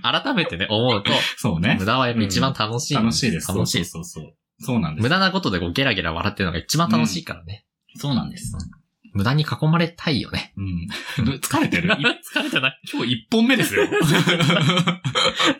の改めてね、思うと、
そうね
無。駄はやっぱ一番楽しい。
楽しいです。
楽しいです。
そうそうそう。そうなんで
無
す。
駄なことでこうゲラゲラ笑ってるのが一番楽しいからね。
そうなんです。
無駄に囲まれたいよ ね。
うん。 疲れてる
疲れてない。
今日1本目 ですよ。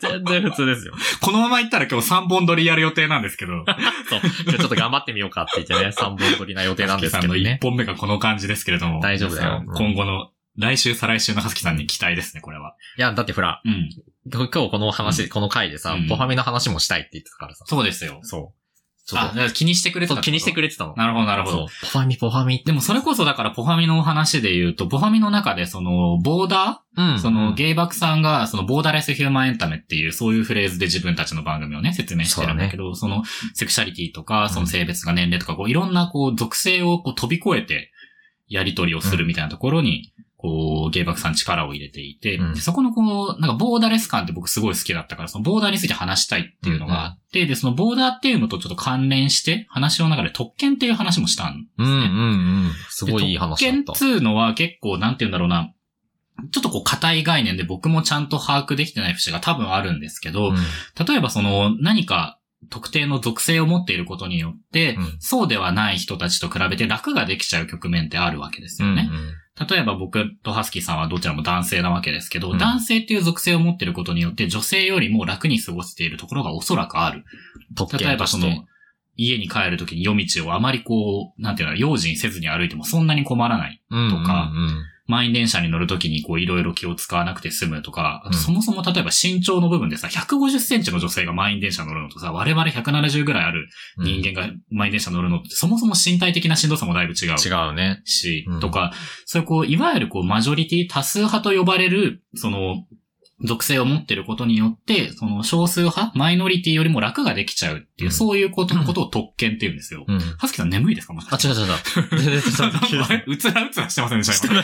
全然普通ですよ。
このままいったら今日3本撮りやる予定なんですけど。
そう。今日ちょっと頑張ってみようかって言って ね、3本取りな予定なんですけど
ハスキーさんの
ね
1。本目がこの感じですけれども。
大丈夫だよ
皆さん今後の、来週、再来週のハスキーさんに期待ですね、これは。
いや、だってほら、
うん。
今日この話、この回でさ
うん、
ポハメの話もしたいって言ってたからさ。
そうですよ。
そう。ちょ
あ、だ
っ
から気にしてくれ
と、
て
そ
た
う気にしてく
れ
れてたの。
なるほど、なるほど。
そう。ポハミ、ポハミ。
でもそれこそだから、ポハミの話で言うと、ポハミの中で、その、ボーダ
う
ー、
ん
その、ゲイバクさんが、その、ボーダーレスヒューマンエンタメっていう、そういうフレーズで自分たちの番組をね、説明してるんだけど、その、セクシャリティとか、その性別とか年齢とか、こう、いろんな、こう、属性をこう飛び越えて、やり取りをするみたいなところに、こう、ゲイバクさん力を入れていて、
うん
でそこのこう、なんかボーダーレス感って僕すごい好きだったから、そのボーダーについて話したいっていうのがあって、で、そのボーダーっていうのとちょっと関連して、話の中で特権っていう話もしたん
うんうんうん。すごいいい話
で
だ
特
っ
権っつうのは結構、なんて言うんだろうな。ちょっとこう、硬い概念で僕もちゃんと把握できてない節が多分あるんですけ
た。
ど、
うん
例えばその、何か特定の属性を持っていることによって、
うん
そうではない人たちと比べて楽ができちゃう局面ってあるわけです
う
よ
ん
ね。例えば僕とハスキーさんはどちらも男性なわけですけど、
うん
男性っていう属性を持っていることによって、女性よりも楽に過ごしているところがおそらくある。
特
例え
権
ば
と
そ
して。
の、家に帰るときに夜道をあまりこう、なんていうの、用心せずに歩いてもそんなに困らない。
うんうんうん
とか満員電車に乗るときにこういろいろ気を使わなくて済むとか、あと
うん
そもそも例えば身長の部分でさ、150センチの女性が満員電車乗るのとさ、我々170ぐらいある人間が満員電車乗るのって、そもそも身体的なしんどさもだいぶ違う。
間。違うね。
し、
うん
とか、そういうこう、いわゆるこう、マジョリティ、多数派と呼ばれる、その、属性を持ってることによって、その少数派、マイノリティよりも楽ができちゃうっていう、
うん
そういうこと
う
の
ん
ことを特権って言うんですよ。
うん。
はすきさん眠いですかもし
あ、
かして
違う違う違う。全然
あ れうつらうつらしてませんでした今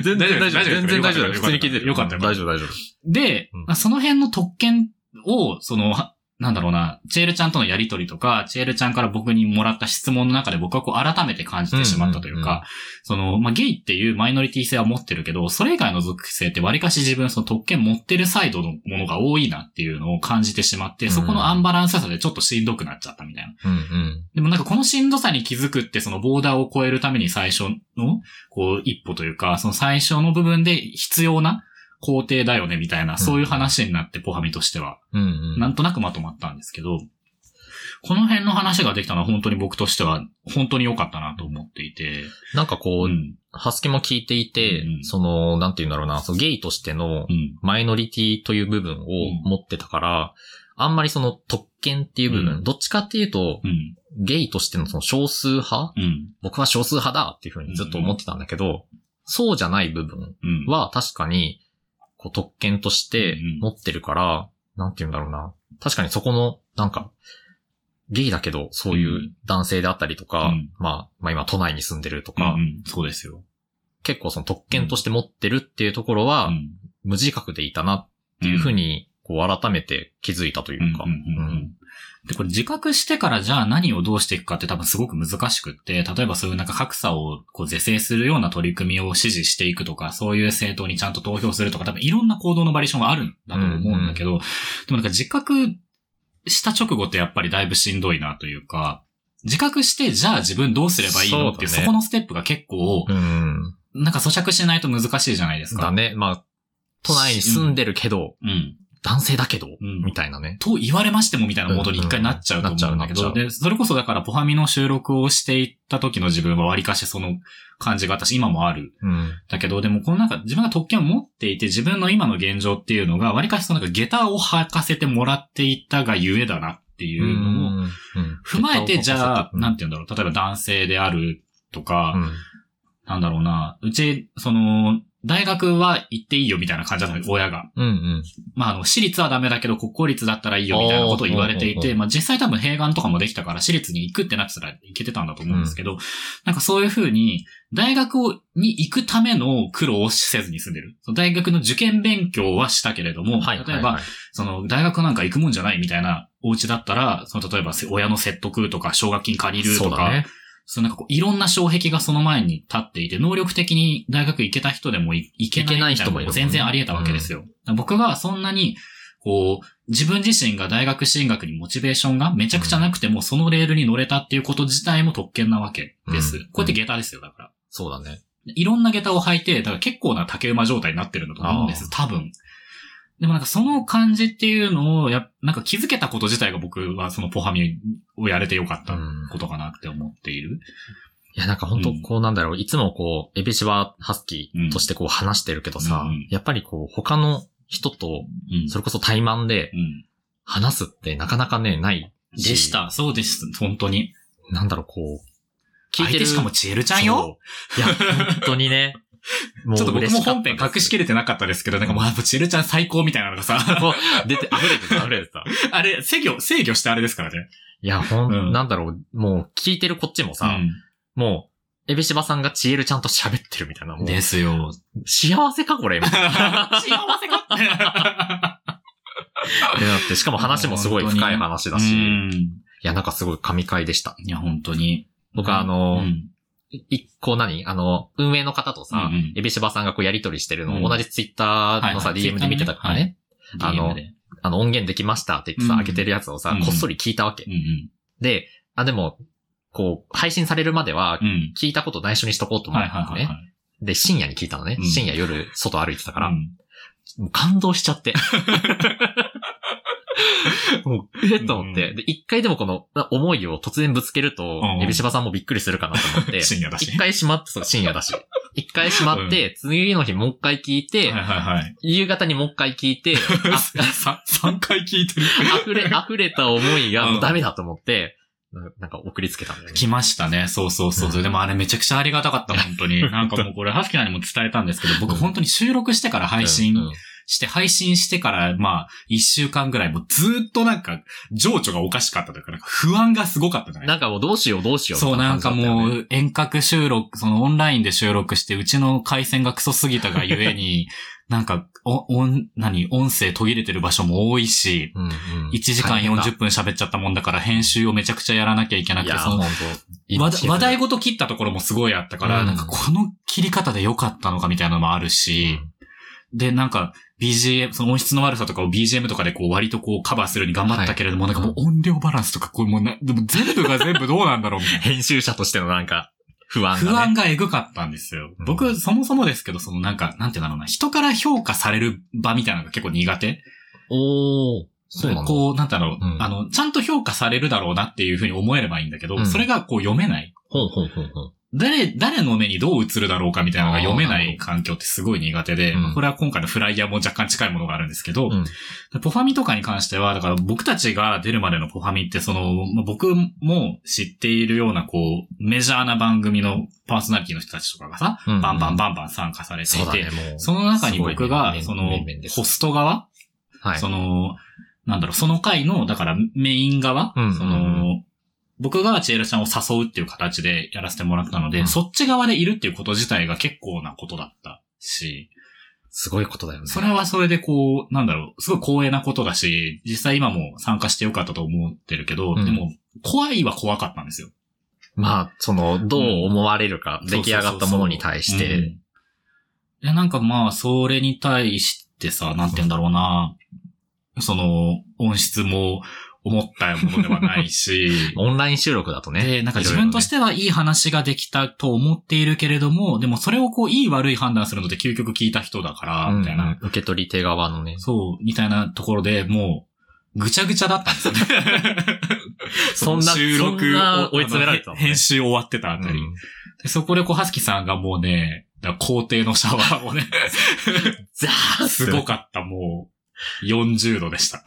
全然大丈夫。全然大丈
大丈
夫。
夫です
普通に聞いてる。
よかったよかった
大丈夫、大丈夫。
で、
うん
まあその辺の特権を、その、はなんだろうな、チエルちゃんとのやりとりとか、チエルちゃんから僕にもらった質問の中で僕はこう改めて感じてしまったというか、その、まあ、ゲイっていうマイノリティ性は持ってるけど、それ以外の属性って割かし自分その特権持ってるサイドのものが多いなっていうのを感じてしまって、そこのアンバランスさでちょっとしんどくなっちゃったみたいな。
うん
でもなんかこのしんどさに気づくってそのボーダーを超えるために最初のこう一歩というか、その最初の部分で必要な工程だよねみたいな、そういう話になってポハミとしては、
うん。うんうん。
なんとなくまとまったんですけど、この辺の話ができたのは本当に僕としては本当に良かったなと思っていて、
なんか
う
こう、
ん、
ハスキも聞いていて
うんう、ん
その、なんて言うんだろうな、そのゲイとしての
うん、
マイノリティという部分を持ってたから、あんまりその特権っていう部
うん
分、どっちかっていうと、
うん、
ゲイとしてのその少数派
うん、
僕は少数派だっていうふうにずっと思ってたんだけど、そうじゃない部分
うん。
は確かに、こう特権として
うんうん
持ってるから、なんて言うんだろうな。確かにそこの、なんか、ゲイだけど、そうい
ん
う男性であったりとか、
うん
まあ、まあ今都内に住んでると
ま
か、
あ、うん、そうですよ。
結構その特権として持ってるっていうところは、
ん、
無自覚でいたなっていうふうに、こう改めて気づいたというか。
うんうんうんうんで、これ自覚してからじゃあ何をどうしていくかって多分すごく難しくって、例えばそういうなんか格差をこう是正するような取り組みを支持していくとか、そういう政党にちゃんと投票するとか、多分いろんな行動のバリエーションがあるんだと思うんだけど、でもなんか自覚した直後ってやっぱりだいぶしんどいなというか、自覚して、じゃあ自分どうすればいいのっていう、
そ
そ
うだね
このステップが結構、
うん。
なんか咀嚼しないと難しいじゃないですか。
だね。まあ、都内に住んでるけど、
うん。
男性だけど、
うん
みたいなね。
と言われましてもみたいなモードに一回なっちゃうと思うんだけ
う
ど、
んうんなっちゃうなっちゃ
で、それこそだから、ポハミの収録をしていった時の自分は割かしその感じが私今もある。
うん。
だけど、でもこのなんか自分が特権を持っていて、自分の今の現状っていうのが、割かしそのなんか下駄を履かせてもらっていったがゆえだなっていうのを
うん
踏まえて、じゃあ、なんて
て、
言うんだろう、例えば男性であるとか、
うん
なんだろうな、うち、その、大学は行っていいよみたいな感じだったの親が。
うんうん。
まあ、あの、私立はダメだけど、国公立だったらいいよみたいなことを言われてい
おーおー
て、
おー
まあ実際多分併願とかもできたから、私立に行くってなってたら行けてたんだと思うんですけど、なんかそういうふうに、大学をに行くための苦労をせずに済んでる。その大学の受験勉強はしたけれども、
はいはいはい。
例えば、その、大学なんか行くもんじゃないみたいなお家だったら、その、例えば親の説得とか、奨学金借りる
そ
と
う
か、
だね。
そのなんかこう、いろんな障壁がその前に立っていて、能力的に大学行けた人でもい行けない
行けない
みたい
人もいるもんね
全然あり得たわけですよ。僕がそんなに、こう、自分自身が大学進学にモチベーションがめちゃくちゃなくても、そのレールに乗れたっていうこと自体も特権なわけです。
うん
こうやって下駄ですよ、だから。
そうだね。
いろんな下駄を履いて、だから結構な竹馬状態になってるんだと思うんです、多分。でもなんかその感じっていうのをや、なんか気づけたこと自体が僕はそのポハミをやれてよかっ
う
た
ん。
ことかなって思っている。
いや、なんか本当
うん
こうなんだろう、いつもこう、エビシバハスキーとしてこう話してるけどさ、
うんうん
やっぱりこう、他の人と、
うん
それこそ対マンで
うん
話すってなかなかね、ないし
でし。た。そうです。本当に。
なんだろう、こう、
聞いてる。しかもチエルちゃんよ。
そう。いや、本当 にね。も
ちょっと僕
嬉
も
しか
本
た
編
です
隠しきれてなかったですけど、なんかもう、あチエルちゃん最高みたいなのがさ、
もう出て、溢れてた、溢れてた。
あれ、制御、制御してあれですからね。
いや、ほん、
うん
なんだろう、もう聞いてるこっちもさ、もう、エビシバさんがチエルちゃんと喋ってるみたいな。もう
す よ。
幸せかこれみたい
幸せか
な。でだって、しかも話もすごい深い話だ
う
し、い
ん
や、なんかすごい神回でした。
いや、本当に。
僕はあ
う
の、
ん。
一個何あの、運営の方とさ、
うんうん
エビシバさんがこうやりとりしてるの
う
を
ん
同じツイッターのさ、
はいはい
DM で見てたからね、あの
DM で
あの、音源できましたって言ってさ、
うん
開けてるやつをさ、
うん
こっそり聞いたわけ
う。ん
で、あ、でも、こう、配信されるまでは
う、ん。うん。
聞いたこと内緒にしとこうと思っ
はい
てた
は
の
い
ね。
はいはい。
で、深夜に聞いたのね。
うん
深夜夜、外歩いてたから、
うん
もう感動しち ゃって。もう、えっと思っ
う
て。
ん
で、一回でもこのな思いを突然ぶつけると
うん、
エビシバさんもびっくりするかなと思って、
深夜だし
一。回しまって、そう深夜だし。一回しまって、次の日もう一回聞いて、
はいはいはい。
夕方にもう一回聞 いて、あ
さ3回聞いてる。
溢れ、溢れた思いが
うん
もうダメだと思って、ななんか送りつけたんだよね。
来ましたね。そうそうそうそう。
うん
でもあれめちゃくちゃありがたかった、本当 に。なんかもうこれ、ハスキナにも伝えたんですけど、僕
うん
本当に収録してから配信して、配信してから、まあ、1週間ぐらい、もうずーっとなんか、情緒がおかしかったというか、なんか不安がすごかったじゃない
なんかもうどうしようどうしよう
そう、なんかも
う。
う、遠隔収録、そのオンラインで収録して、うちの回線がクソすぎたがゆえ に、なんか、お、音、何、音声途切れてる場所も多いし、
うんうん、
1時間40分喋っちゃったもんだから、編集をめちゃくちゃやらなきゃいけなく
い
て、
や、
そ
ほん
の
と。
わだ話題
が
ごと切ったところもすごいあったから、
うん
なんかこの切り方で良かったのかみたいなのもあるし、で、なんか BGM、その音質の悪さとかを BGM とかでこう割とこうカバーするように頑張ったけれども、
はい
なんかもう音量バランスとかこうもうな、でも全部が全部どうなんだろうみたいな。
編集者としてのなんか、不安が、ね。
不安がエグかったんですよ。
うん
僕、そもそもですけど、そのなんか、なんていうんだろうな、人から評価される場みたいなのが結構苦手。
おー、そうなんだ。
こう、なんていうんだろう、
うん
あの、ちゃんと評価されるだろうなっていうふうに思えればいいんだけど、
うん
それがこう読めない。
ほうほうほうほう。
誰、誰の目にどう映るだろうかみたいなのが読めな
あーなる
い
ほど
環境ってすごい苦手で、
うん
まあこれは今回のフライヤーも若干近いものがあるんですけど、
うん
でポファミとかに関しては、だから僕たちが出るまでのポファミって、その、まあ僕も知っているような、こう、メジャーな番組のパーソナリティの人たちとかがさ、
うんうん
バンバンバンバン参加されてい
そう
て、
だね、もう。
その中に
すごい
僕が、
面
その
面々で、す
ホスト側、
はい。
その、なんだろう、その回の、だからメイン側、
うん
そ
うん
の、僕がチエルちゃんを誘うっていう形でやらせてもらったので、
うん
そっち側でいるっていうこと自体が結構なことだったし、
すごいことだよね。
それはそれでこう、なんだろう、すごい光栄なことだし、実際今も参加してよかったと思ってるけど、
うん
でも、怖いは怖かったんですよ。
まあ、その、どう思われるか、
うん
出来上がったものに対し
う
て、
んで、なんかまあ、それに対してさ、なんて言うんだろうな、その、音質も思ったものではないし、
オンライン収録だと ね。
で、なんか
いろ
自
いろね
分としてはいい話ができたと思っているけれども、でもそれをこう、いい悪い判断するのって究極聞いた人だから、みたいな、
うんうん受け取り手側のね。
そう、みたいなところでもう、ぐちゃぐちゃだったんですよね。
そんな
の収録を
そんな追い詰められてたのね
編集終わってたあたり。
うん
でそこでこう、はすきさんがもうね、だから校庭のシャワーを ね、
ザー
すごかった、もう、40度でした。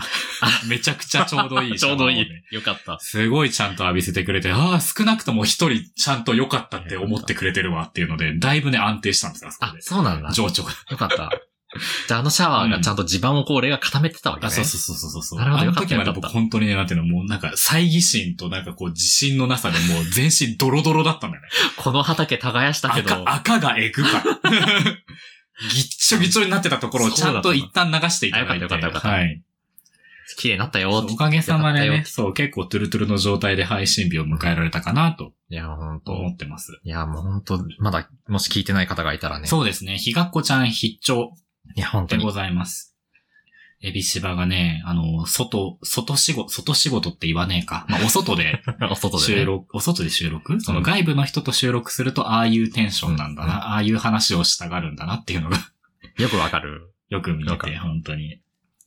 めちゃくちゃちょうどいい
ち
シャ
ょ
ワ
う
ーを
ど
ね、
いい。よかった。
すごいちゃんと浴びせてくれて、ああ、少なくとも一人ちゃんと良かったって思ってくれてるわっていうので、だいぶね、安定したんですよ、あそこ
あ、
で。
そうなんだ。
情緒が。
よかった。じゃあ、あのシャワーがちゃんと地盤をこう、俺が固めてたわけね。
あ、そうそうそうそうそう。
なるほど
あの
よかった
時まで
よか
僕
った
本当にね、なんていうの、もうなんか、猜疑心となんかこう、自信のなさでもう全身ドロドロだったんだよね。
この畑耕したけど、
赤、赤がえぐ かった。ぎっちょぎちょになってたところをちゃんと一旦流していただいて。
そうだったのあよかったよかった
はい。
綺麗になったよ
そうおかげさまで
よか
ね
っ、たよ
そう、結構トゥルトゥルの状態で配信日を迎えられたかなと
いや、ほんと
思。ってます。
いや、もうほんと、まだ、もし聞いてない方がいたらね。
そうですね、ひがっこちゃん必聴
いや、ほんと
でご
に。
ざいます。エビシバがね、あの、外、外仕事、外仕事って言わねえか。まあ、お外 で
お外で、ね。
収録、お外で収録そうの
ん
外部の人と収録すると、ああいうテンションなんだな、
うん
ああいう話をしたがるんだなっていうのが
よくわかる。
よく見
な
え
んか
て、本当に。
い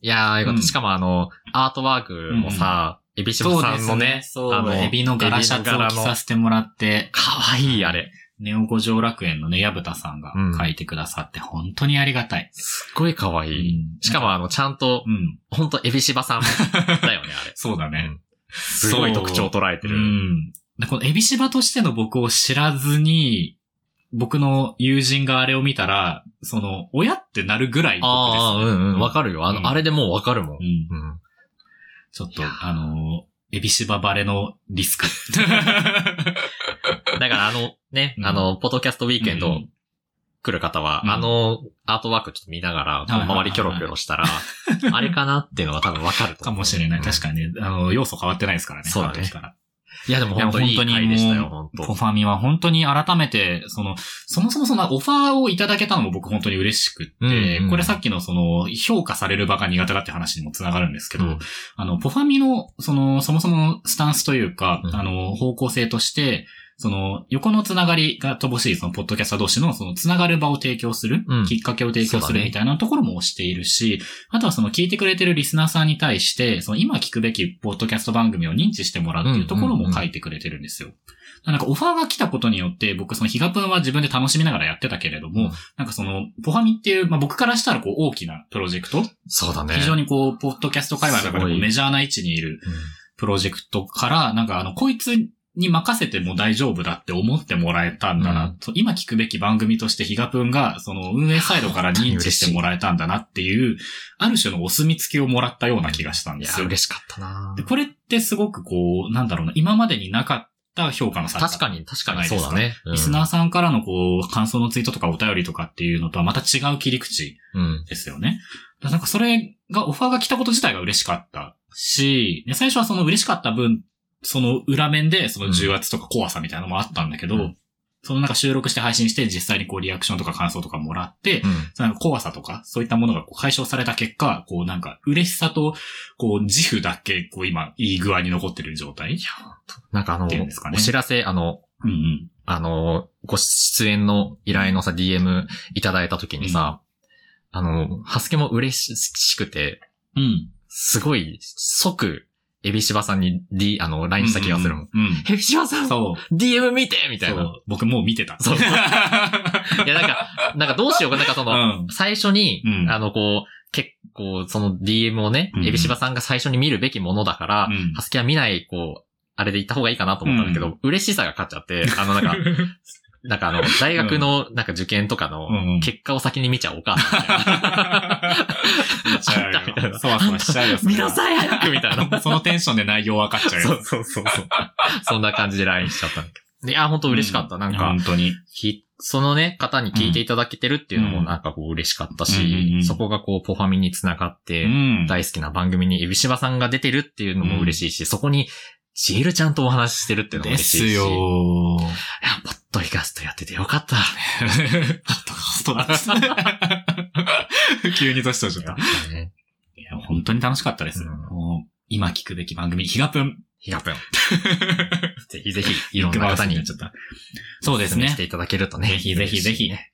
やー、よかっ
うん
た。しかもあの、アートワークもさ、エビシバさんのね、
そう、
あの、
エビの柄シャツを着させてもらって、
かわいい、あれ。
ネオ五条楽園のね、矢蓋さんが
うん
書いてくださって、本当にありがたい。
すっごいかわい
う
い。
ん
しかもあの、ちゃんと
う、ん。
ほんとエビシバさんだ よね、あれ。
そうだね。
すごい特徴を捉えて
う
る。
ん。でこのエビシバとしての僕を知らずに、僕の友人があれを見たら、その、親ってなるぐらい僕です
ああ、うんうん、わか
る。
るよ。あ
うん
の、あれでもうわかるもん
う。ん。
うん。
ちょっと、あのー、エビシババレのリ スク。
だからあの、ね
う、ん
あの、ポッドキャストウィークエン
う
ド
ん
来る方は、
うん
あの、アートワークちょっと見ながら、
いはいはい
周りキョロキョロ したら、あれかなっていうのが多分わかると
か
思う
もしれない。確かにね、あの、要素変わってないですからね。
そうだね
あの時から
いや、でも本当にいい回でしたよ、本当
ポファミは本当に改めて、その、そもそもそんなオファーをいただけたのも僕本当に嬉しくって、
うんうん
これさっきのその、評価される場が苦手だって話にもつながるんですけど、
うん
あの、ポファミの、その、そもそものスタンスというか、
うん
あの、方向性として、その、横のつながりが乏しい、その、ポッドキャスター同士の、その、つながる場を提供する、
うん
きっかけを提供
そ
す
うだ
る
ね
みたいなところも推しているし、あとはその、聞いてくれてるリスナーさんに対して、その、今聞くべきポッドキャスト番組を認知してもらうっていうところも書いてくれてるんですよ。なんか、オファーが来たことによって、僕、その、ヒガプンは自分で楽しみながらやってたけれども、
うん
なんかその、ポハミっていう、まあ、僕からしたら、こう、大きなプロジェクト、
そうだね。
非常にこう、ポッドキャスト界隈の中でも
すごい
メジャーな位置にいる、
うん
プロジェクトから、なんかあの、こいつに任せても大丈夫だって思ってもらえたんだな、
うん
と今聞くべき番組としてヒガプンが、その運営サイドから認知してもらえたんだなっていう、ある種のお墨付きをもらったような気がしたん
い
で
や、
すよ。
嬉しかったな
でこれってすごくこう、なんだろうな、今までになかった評価の差
確かに、確かにそうだね。
リスナ
ー、
ーさんからのこう、感想のツイートとかお便りとかっていうのとはまた違う切り口
うん。
ですよね。だからなんかそれが、オファーが来たこと自体が嬉しかったし、で最初はその嬉しかった分、その裏面でその重圧とか怖さみたいなのもあったんだけど、
うん
そのなんか収録して配信して実際にこうリアクションとか感想とかもらって、
うん。
そのなんか怖さとかそういったものがこう解消された結果、こうなんか嬉しさと、こう自負だけこう今いい具合に残ってる状態。
なんかあの、
っていうんですかね
お知らせ、あの、
うんうん。
あの、ご出演の依頼のさ、DM いただいた時にさ、あの、ハスケも嬉しくて、
うん。
すごい、即、エビシバさんに D、あの、LINE した気がするもん。
うんうん
エビシバさん、
そう。
DM 見てみたい
そ
な。
う僕もう見てた。
そう
う
いや、な んか、なんかどうしようか、なんかその、
ん。
最初に、
うん
あの、こう、結構、その DM をね、
うん
エビシバさんが最初に見るべきものだから、
うん
ハスケは見ない、こう、あれで行った方がいいかなと思ったんだけど、
う
嬉しさが勝っちゃって、あの、な んか、なんかあの、大学の、なんか受験とかの
うんうん、
結果を先に見ちゃおうか、み たいな
見ちゃう
あんたみたい
よ。
な
そわそわしちゃうよ。それ
見
は
なさい、早くみたいな。
そのテンションで内容分かっちゃうよ。
そうそうそうそう。 そんな感じで LINE しちゃったんだけど。でいや、本当嬉しかった。なんか
本、当に。
ひそのね、方に聞いていただけてるっていうの
う
も
ん
なんかこう嬉しかった
うんうんうん、
しそこがこう、ポファミにつながっ
う
て、
ん。
大好きな番組にエビシバさんが出てるっていうのも嬉しいし、そこにジエルちゃんとお話ししてるっていうの
で
も嬉しい
す
し。
よ
いや、
ー。
ポッドキャストやっててよかった。
ストだ。急に年取っちゃった。
ね
いや、本当に楽しかったです。
うん
もう今聞くべき番組、ヒガプン。
ヒガプン。 ぜひぜひ、いろんな
ビッグマウス
方
に
に
なっちゃった。そうです
お勧め
ね
して。いただけるとね。
ぜひぜひぜひ
嬉しいね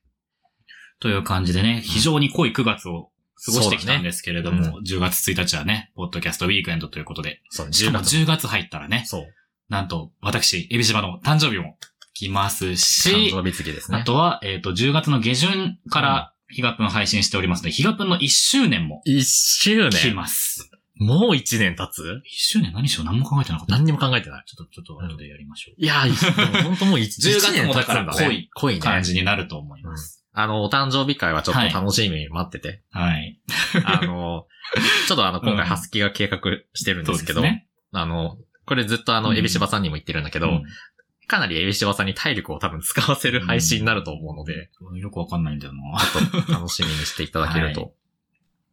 という感じでね、非常に濃い9月を過ごしてきたんですけれど
そうだ
も、10月1日はね、ポッドキャストウィークエンドということで、
そう、
しか
10
も
月。
10月入ったらね、
そう。
なんと、私、エビシバの誕生日も来ますし、
誕生日月ですね。
あとは、えっ、と、10月の下旬から、ヒガプン配信しておりますので、ヒガプンの1周年も
一周
来
年。
ます。
もう一年経つ
周年何しよう何も考えてなかった。
何にも考えてない。
ちょっと、ちょっと後でやりましょう。
いやー、本当 もう一
10
10
月もだから
年経つんだね濃い
感
ね。
じになると思います。
あの、お誕生日会はちょっと楽しみに待って て。
はい。
あの、ちょっとあの、今
うん
回ハスキが計画してるん
そ
で
う
す
で
け
す
ど、
ね。
あの、これずっとあ
う
の、
ん
エビシバさんにも言ってるんだけど、
うん
かなりエビシバさんに体力を多分使わせる配信になると思うので、
よくわかんないんだよな。
ちょっと楽しみにしていただけると、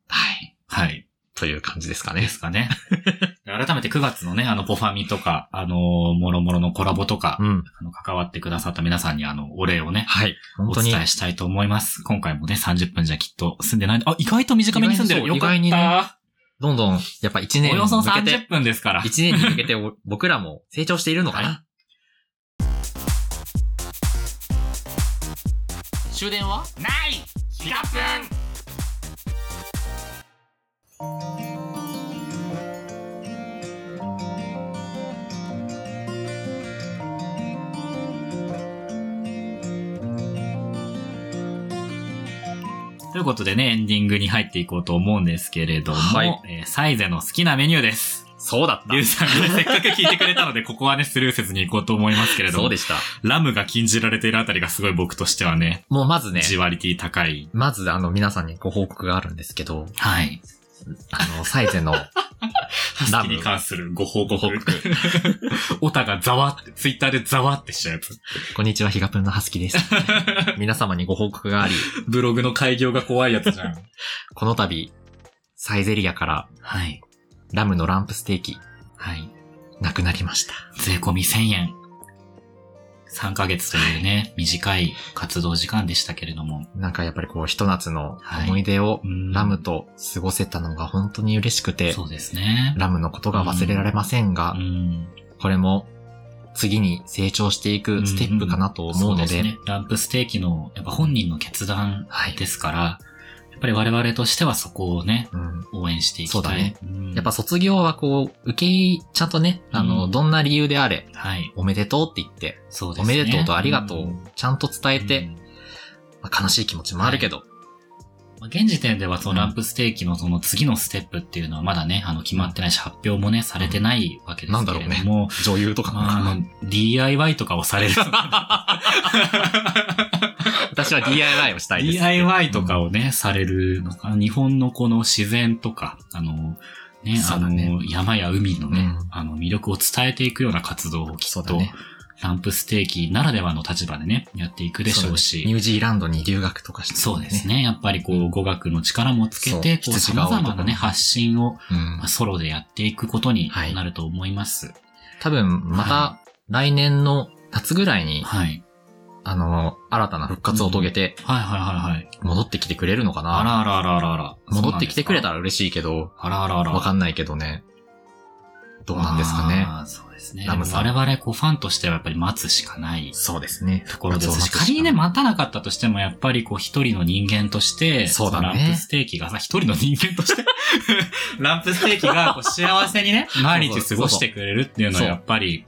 はい。はい。
という感じですか
で
ね。
すかね。 改めて9月のね、あの、ポファミとか、あのもろもろのコラボとか
う、ん。
あの、関わってくださった皆さんに、あの、お礼をね、
はい。本
お
当に。
伝えしたいと思います。今回もね、30分じゃきっと済んでない。あ、意外と短めに済んでる。よ
意
かっ
外にそう
た。
どんどん、やっぱ一年
お
に
よそ
向けて
30、分ですから。
一年に向けてお僕らも成長しているのかな、
は
終電は
ない気がすんということでね、エンディングに入っていこうと思うんですけれども、
はい
えーサイゼの好きなメニューです。
そうだった
ゆう。さんがせっかく聞いてくれたので、ここはね、スルーせずに行こうと思いますけれど
そう
も
で、した。
ラムが禁じられているあたりがすごい僕としてはね、
もうまずね、
ジワリティ高い。
まずあの皆さんにご報告があるんですけど、
はい。
あの、サイゼの、
ラ
ラ
ム
ム
に関するご報
ご
告
報。告。
オタがざわって、ツイッターでざわってしちゃうやつ。
こんにちは、ヒガプンのハスキです。皆様にご報告があり、
ブログの開業が怖いやつじゃん。
この度、サイゼリアから
はい。
ラムのランプステーキ、
はい。
なくなりました。
税込み1000円。3ヶ月というね、短い活動時間でしたけれども。
なんかやっぱりこう、ひと夏の思い出を
うん
ラムと過ごせたのが本当に嬉しくて、
そうですね。
ラムのことが忘れられませんが
う、ん。
これも次に成長していくステップかなと思うので、
そね。ランプステーキの、やっぱ本人の決断
はい
ですから、やっぱり我々としてはそこをね、
うん
応援していきたい。
そうだね
ん
やっぱ、卒業はこう、受け入れ、ちゃんとね、あの、
うん
どんな理由であれ、
はい。
おめでとうって言って、
そうで
お
すね。
めでとうとありがと
ん
う、ちゃんと伝え
う
て、
ん
まあ悲しい気持ちもあるけど、
まあ現時点ではそのランプステーキのその次のステップっていうのはまだね、あの決まってないし、発表もね、されてないわけで
な
す
んだ
け
ろう
れ
ね
ども、
女優とかなのか
まあ
な
あの、DIY とかをされる。
私は DIY をしたいです。
DIY とかをね、されるのかな。日本のこの自然とか、あの、ね、
そ
あ
うだね
の、山や海のね
うん、
あの、魅力を伝えていくような活動をき
そう
っ
だ
と
ね、
ランプステーキならではの立場でね、やっていくでしょう
ニ
し。
ュージーランドに留学とかして、
そうです。ね。やっぱりこう、語学の力もつけて、
そ
こう、
う羊が
様
多いところ
々なね、発信を、
うん
まあ。ソロでやっていくことに
はい
なると思います。
多分、また
は
来年の夏ぐらいに、
はい。
あの、新たな復活を遂げて、
はいはいはいはい。
戻ってきてくれるのかな、
あらあらあらあらあら。
戻ってきてくれた
ら。
ら嬉しいけど、
あらあらあら。
わかんないけどね。どうなんですかね。
あー。そうですね。
ラ
で
ム
も
さん
我々、こう、ファンとしてはやっぱり待つしかない
そうですね。
ところですし、
夏を待つしかない
仮にね、待たなかったとしても、やっぱりこう、一人の人間と して、
そうだね
のランプステーキがさ、一人の人間として、ランプステーキがこう幸せに ね、毎日過ごしてくれるっていうのは、
そう
やっぱり、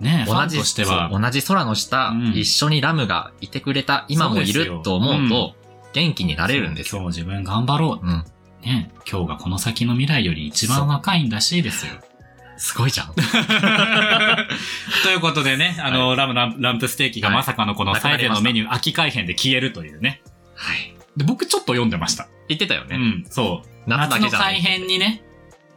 ね、フ
同
ァン
じ
としては
そ、う同じ空の下、
うん
一緒にラムがいてくれた、今も
そ
い
うです
る
よ
と思うと、元気になれるんですよ。
今日自分頑張ろ
うん。
う。ね、今日がこの先の未来より一番若いんだしいですよ。
すごいじゃん。
ということでね、あの、ラムランランプステーキが
はい
まさかのこの
なくな
サイ
り
ゼ
ました
のメニュー秋改編で消えるというね。
はい。
で僕ちょっと読んでました。
言ってたよね。
うん、そう。
夏だ
夏
け
の
じゃな
改
い。
編にね、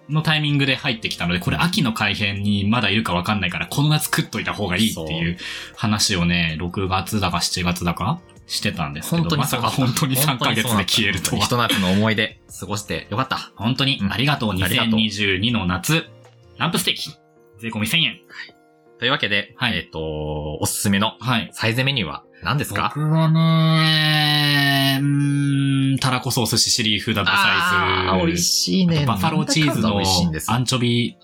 のタイミングで入ってきたので、これ秋の改編にまだいるかわかんないから、この夏食っといた方がいいっていう話をね、6月だか7月だかしてたんですけ
本当
ど、
に
まさか本当に3ヶ月で消えるとは
ひ。と夏の思い出、過ごしてよかった。
本当に
うん
ありがとう、
ありがとう
2022の夏、ランプステーキ、税込み1000円。
というわけで、
はい
えっ、と、おすすめの
はい。
サイゼメニューは何ですか
僕はね、うーん、たらこソースシシリーフダブルサ
あ
イ
ー
ズ。
美味しいね。
バッファローチーズ
なんだかんだ
の
美味しいんですよ
アンチョビ、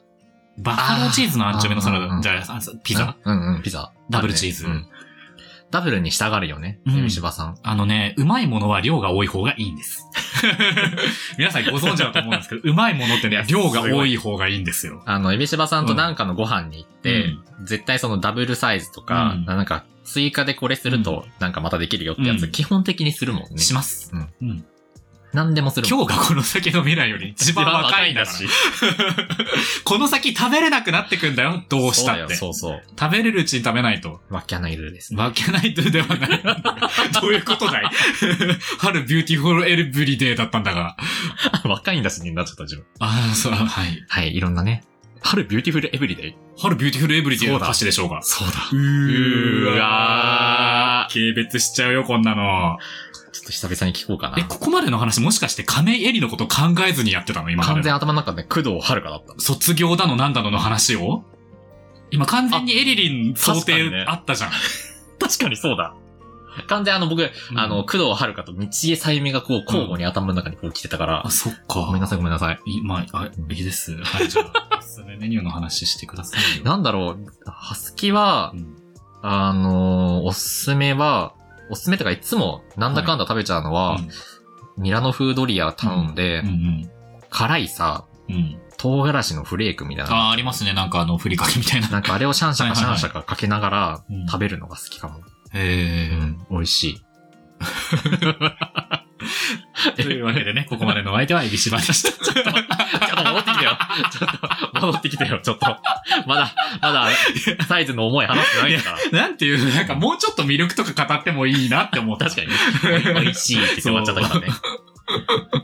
バッファローチーズのアンチョビのサラ
あーう
ダ、
ん
じゃあ、あピザ
うんうんうん、ピザ。
ダブルチーズ
うんダブルに従るよね、
うん
指芝さん。
あのね、うまいものは量が多い方がいいん です。皆さんご存知だと思うんですけど、うまいものってね、量が多い方がいいんですよ。
あの、指芝さんとなんかのご飯に行って、
うん
絶対そのダブルサイズとか、
うん
なんか追加でこれすると、なんかまたできるよってやつ、
うん
基本的にするもんね。
します。
うん
うん
何でもするもん
今日がこの先の未来より一番若いんだ
一
し
番。
この先食べれなくなってくんだよ、どうしたって。
そうだよそう
食べれるうちに食べないと。
そう。わっきゃないルーですね。
わけないとではない。 どういうことだい 春ビューティフルエルブリデイだったんだが。
若いんだしになっちゃった自分。
ああ、そう、はい。
はい、いろんなね。春ビューティフルエブリデイ。
春ビューティフルエブリデイの歌詞でしょうか。
そうだ。
う
ーわ
ー。軽蔑しちゃうよ、こんなの。
ちょっと久々に聞こうかな
え、。ここまでの話もしかして亀井絵里のこと考えずにやってたの今ま
完
で
全
の。
頭の中で工藤遥だった。
卒業だのなんだのの話を今完全にエリリン想
確かに
定
ね
あったじゃん。
確かにそうだ。完全あの僕、あの、工藤遥と道江さゆみがこう交互に頭の中にこう来てたから、
あ、そっ
ごめん
か。
なさいごめんなさい。
いまあ、あいいです。はい、じゃ あ、おすすめメニューの話してくださいよ。
なんだろう、ハスキは
う、ん
あのーおすすめは、おすすめとかいつもなんだかんだ食べちゃうのは、
うん
ミラノ風ドリア頼んで、
うん
辛いさ、
うん。うん。
唐辛子のフレークみたいな。
あー、ありますね。なんかあの、ふりかけみたいな。
なんかあれをシャンシャカシャンシャカかけながら
うん
食べるのが好きかも。
へー。
うん美味しい。
というわけでね、ここまでのお相手はエビシバで した。ちょっと
ちょっと戻ってきたよ。ちょっと戻ってきたよ、ちょっと。まだ、まだ、サイズの思い話してないんだから。
なんていう、なんかもうちょっと魅力とか語ってもいいなって思った。
確かに。美味しいって迫っちゃったからね。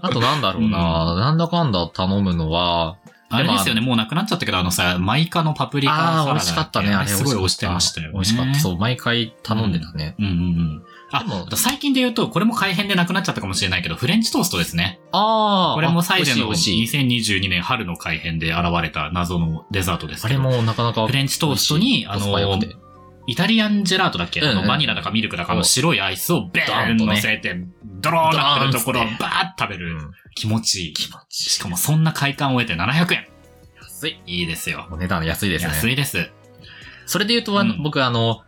あとなんだろうな、なんだかんだ頼むのは、
あれですよね、もうなくなっちゃったけど、あのさ、マイカのパプリカサラダ
ああ、美味しかったね、あれ。
すごい推してましたよね。
美味しかった。
う。
そう、毎回頼んでたね。
うんうんうん。あ
でも
あと最近で言うと、これも改編でなくなっちゃったかもしれないけど、フレンチトーストですね。
ああ、
これもサイゼ
美
の
味しい美味しい。
2022年春の改編で現れた謎のデザートです
あ
け
れ
ど。
もなかなか
フレンチトーストに、あ
コスパ良
の
く、て
イタリアンジェラートだっけ、
うんうん
あのバニラだかミルクだかの白いアイスをベ
ドー
ー
ン
ン
とね
乗せて、ドローンなってるところを
ドーンっつって
バーッと食べ
う
る。
ん、
気持ちいい。
気持ちいい
しかもそんな快感を得て700円。
安い。
いいですよ。
お値段安いですね。
安いです。
それで言うと、あの
うん
僕あの、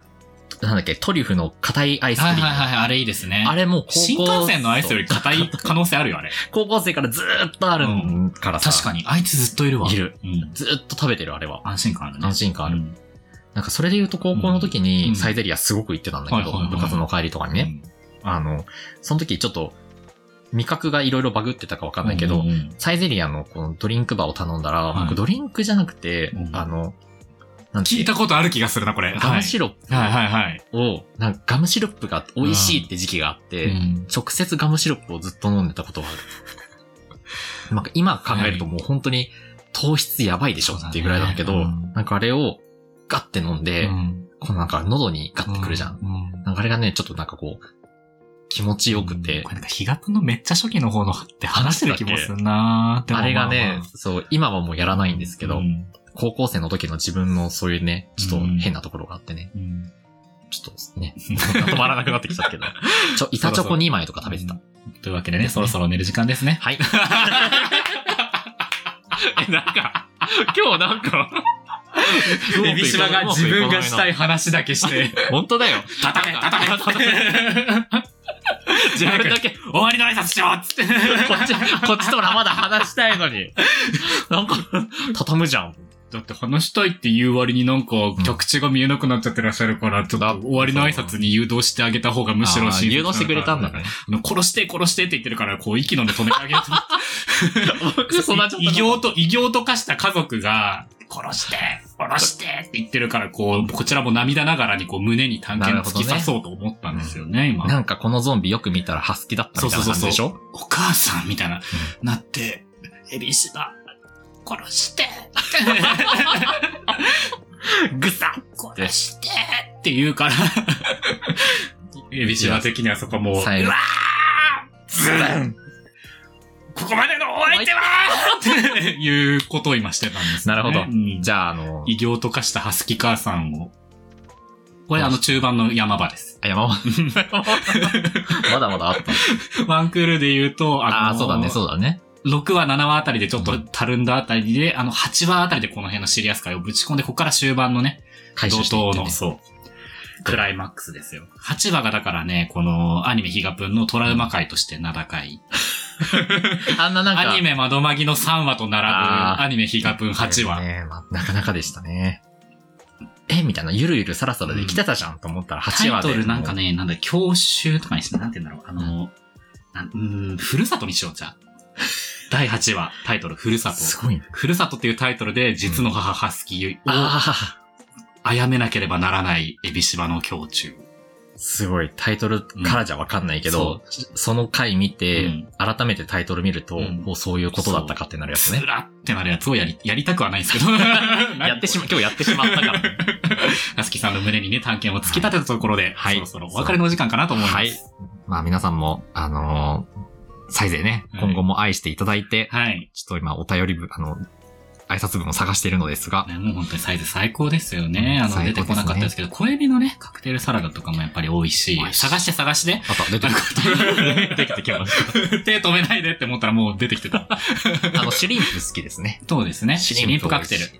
なんだっけ、トリュフの硬いアイスク
は
リ
い
ーム。
はいはい、あれいいですね。
あれもう高校
新幹線のアイスより硬い可能性ある よ、あれ。
高校生からずーっとあるんからさ。
確かに、あいつずっといるわ。
いる。
うん。
ずーっと食べてる、あれは。
安心感あるね。
安心感ある。
うん
なんかそれで言うと高校の時
うん
にサイゼリアすごく行ってたんだ
はい
けど
はいは、い
部活の帰りとかにね。あの、その時ちょっと、味覚がいろいろバグってたかわかんないけど、
うんうんうん
サイゼリアのこのドリンクバーを頼んだら、
はい
僕ドリンクじゃなくて、
うん
あの、なんて
聞いたことある気がするな、これ。
ガ
は
ム
い。
シロップを、
はいはいはい。
なんかガムシロップが美味しいって時期があって、
うん
直接ガムシロップをずっと飲んでたことがあ る。なんか今考えるともう本当に糖質やばいでしょっていうぐらいなんだけど、
そうだねうん
なんかあれをガッて飲んで、
うん
このなんか喉にガッてくるじゃん。
うん
なんかあれがね、ちょっとなんかこう、気持ちよくて
こ、れなんか、ヒガプのめっちゃ初期の方のって話してる気もするな
あれがね、、そう、今はもうやらないんですけ
でも
ど、
まあまあうん
高校生の時の自分のそういうね、ちょっと変なところがあってね、
うん
ちょっとね、 止まらなくなってきちゃったけど、ちょ、板チョコ2枚とか食べてた。
というわけでね、そろそろ寝る時間ですね。
はい。
え、なんか、
今日な んか、
エビシバが自分がしたい話だけ して、
本当だよ。
叩け叩け
自分だけ、こ
終わりの挨拶しようっつって。
っち、こっちとらまだ話したいのに。なんか、畳むじゃん。
だって話したいって言う割になんか
ん
着地が見えなくなっちゃってらっしゃるから、ちょっと終わりの挨拶に誘導してあげた方がむしろ
あー
親切な
誘
のか
導してくれたんだね。
あの殺して殺してって言ってるから、こう息の根止めてあげると。
僕そんなちょっと
異形と、異形と化した家族が、殺して殺してって言ってるから、こう、こちらも涙ながらにこう胸に探検を突き刺そうと思ったんですよね、今。
なんかこのゾンビよく見たらハスキだったみたいな感じでしょ
お母さんみたいな、なって、エビシバ、殺 して
ぐさっ
殺してって言うから、エビシバ的にはそこもう、うわ
最後
ーズンここまでのお相手は っていうことを今してたんです、ね。
なるほど
うん
じゃあ、あの、
異形と化したハスキ母さんを。これあの中盤の山場です。
あ、山本。まだまだあった。
ワンクールで言うと、
あ
の
あー、そうだね、そうだね。
6話、7話あたりでちょっと
うん
たるんだあたりで、あの、8話あたりでこの辺のシリアス会をぶち込んで、ここから終盤のね、
回収してい
怒
っ
涛
て
の、
ね
そう、クライマックスですよ。8話がだからね、このアニメヒガプンのトラウマ回として名高い。
あんななんか。
アニメ窓マギの3話と並
あ
ぶ
ー
アニメヒガプン8話。
ね、まあなかなかでしたね。えみたいな、ゆるゆるさらさらで来てたじゃんと思ったら
タ
8
イ
話で。
トルなんかね、なんだ、教習とかにして、なんて言うんだろう、あの、なんうーん、ふるさとにしよう じゃあ。第8話、タイトル、ふるさ
もう。
と。
すごいね。
ふるさとっていうタイトルで、実の母、ハスキーを、
あ
あやめなければならない、エビシバの胸中。
あ、すごい。タイトルからじゃわかんないけど、その回見て、
うん
改めてタイトル見ると、
うん
もうそういうことだったかってなるやつ
つ
ね。
らってなるやつをやり、やりたくはないんです けど。や
やってしま、今日やってしまったから。
ハスキーさんの胸にね、探検を突き立てたところで、
はい
そろそろお別れのお時間かなと思います。
はい。まあ皆さんも、あのーサイゼね、
はい
今後も愛していただいて、
はい。
ちょっと今お便り部、あの、挨拶文を探しているのですが、
ね、もう本当にサイズ最高ですよね。あの、出
最
て
高ですね
こなかったですけど、小エビのね、カクテルサラダとかもやっぱり多いし
美味、しい
探して探して、
ま た 出て
なん
き
か
て、出てき てきまし
手止めないでって思ったらもう出てきてた。
た。あの、シュリンプ好きですね。
そうですね。シュリンプカクテル。。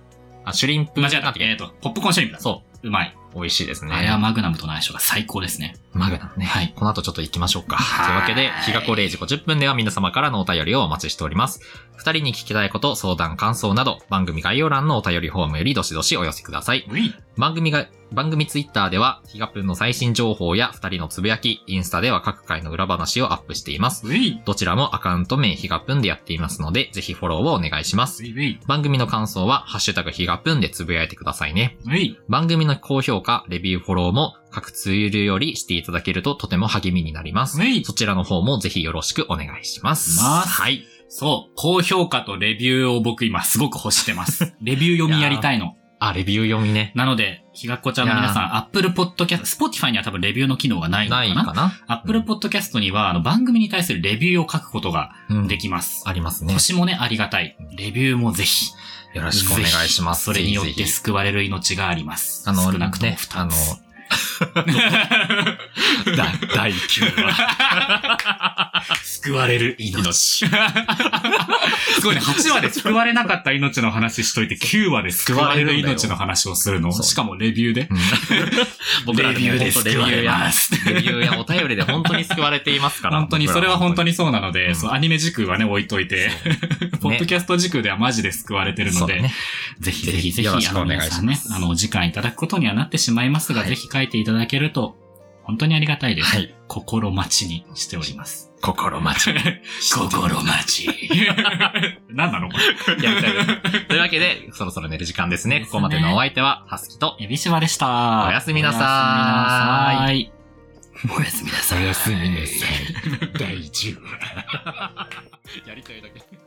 あ、シュリンプ。
間違えた。えっ、と、ポップコーンシュリンプだ。
そう
まい。
う。美味しいですね。
あれはマグナムとの相性が最高ですね。
マグナムね。
はい
この後ちょっと行きましょうか。
はい
というわけで、日がこ0時50分では皆様からのお便りをお待ちしております。二人に聞きたいこと、相談、感想など、番組概要欄のお便りフォームよりどしどしお寄せください。
うい。
番組が、番組ツイッターでは、ヒガプンの最新情報や二人のつぶやき、インスタでは各回の裏話をアップしています。
うい。
どちらもアカウント名ヒガプンでやっていますので、ぜひフォローをお願いします
う。い。うい。
番組の感想は、ハッシュタグヒガプンでつぶやいてくださいね。
うい。
番組の高評価、レビュー、フォローも各ツールよりしていただけるととても励みになります。
うい。
そちらの方もぜひよろしくお願いします。
ます
はい。
そう。高評価とレビューを僕今すごく欲して ます。レビュー読みやりたいの。
あ、レビュー読みね。
なので、ひがっこちゃんの皆さ
い
ん、Apple Podcast、Spotify には多分レビューの機能がないの
ない
かな
かな
Apple Podcast には、あの、番組に対するレビューを書くことが
うん
できます。
ありますね。
星もね、ありがたい。レビューもぜひ。
よろしくお願いします。
ぜひそれによっ
ぜ
て
ひぜ
救われる命があります。
ひあの、
少なくとも
ね
2つ。、
あの、 だ第9話。
救われる命。
すごいね、8話で救われなかった命の話しといて、9話で救われる命の話をするの。
そう
しかもレビューで。
僕ら
レビューで
本
救
当レビュ
わ
ー
れ
や
ま、す。
レビューやお便りで本当に救われていますから。
本当に、それは本当
に。
にそうなの
う
で、
ん
そう、アニメ時空はね、置いといて、 ポッドキャスト時空ではマジで救われてる
そ
の
うだ
で、
ね。
ぜひぜひぜひ、
よろしくお願いします
あの皆さんね、あの、お時間いただくことにはなってしまいますが、
はい
ぜひ書いていただけると、本当にありがたいです。
はい。
心待ちにしております。
心待ち。
心待 ち。
何なのこれ。
やりたいです。というわけで、そろそろ寝る時間ですね。
ですね
ここまでのお相手は、ハスキと、
エビシワでした。
おやすみなさー
い。おやすみなさい。おやすみなさい。第10話。
やりたいだけ。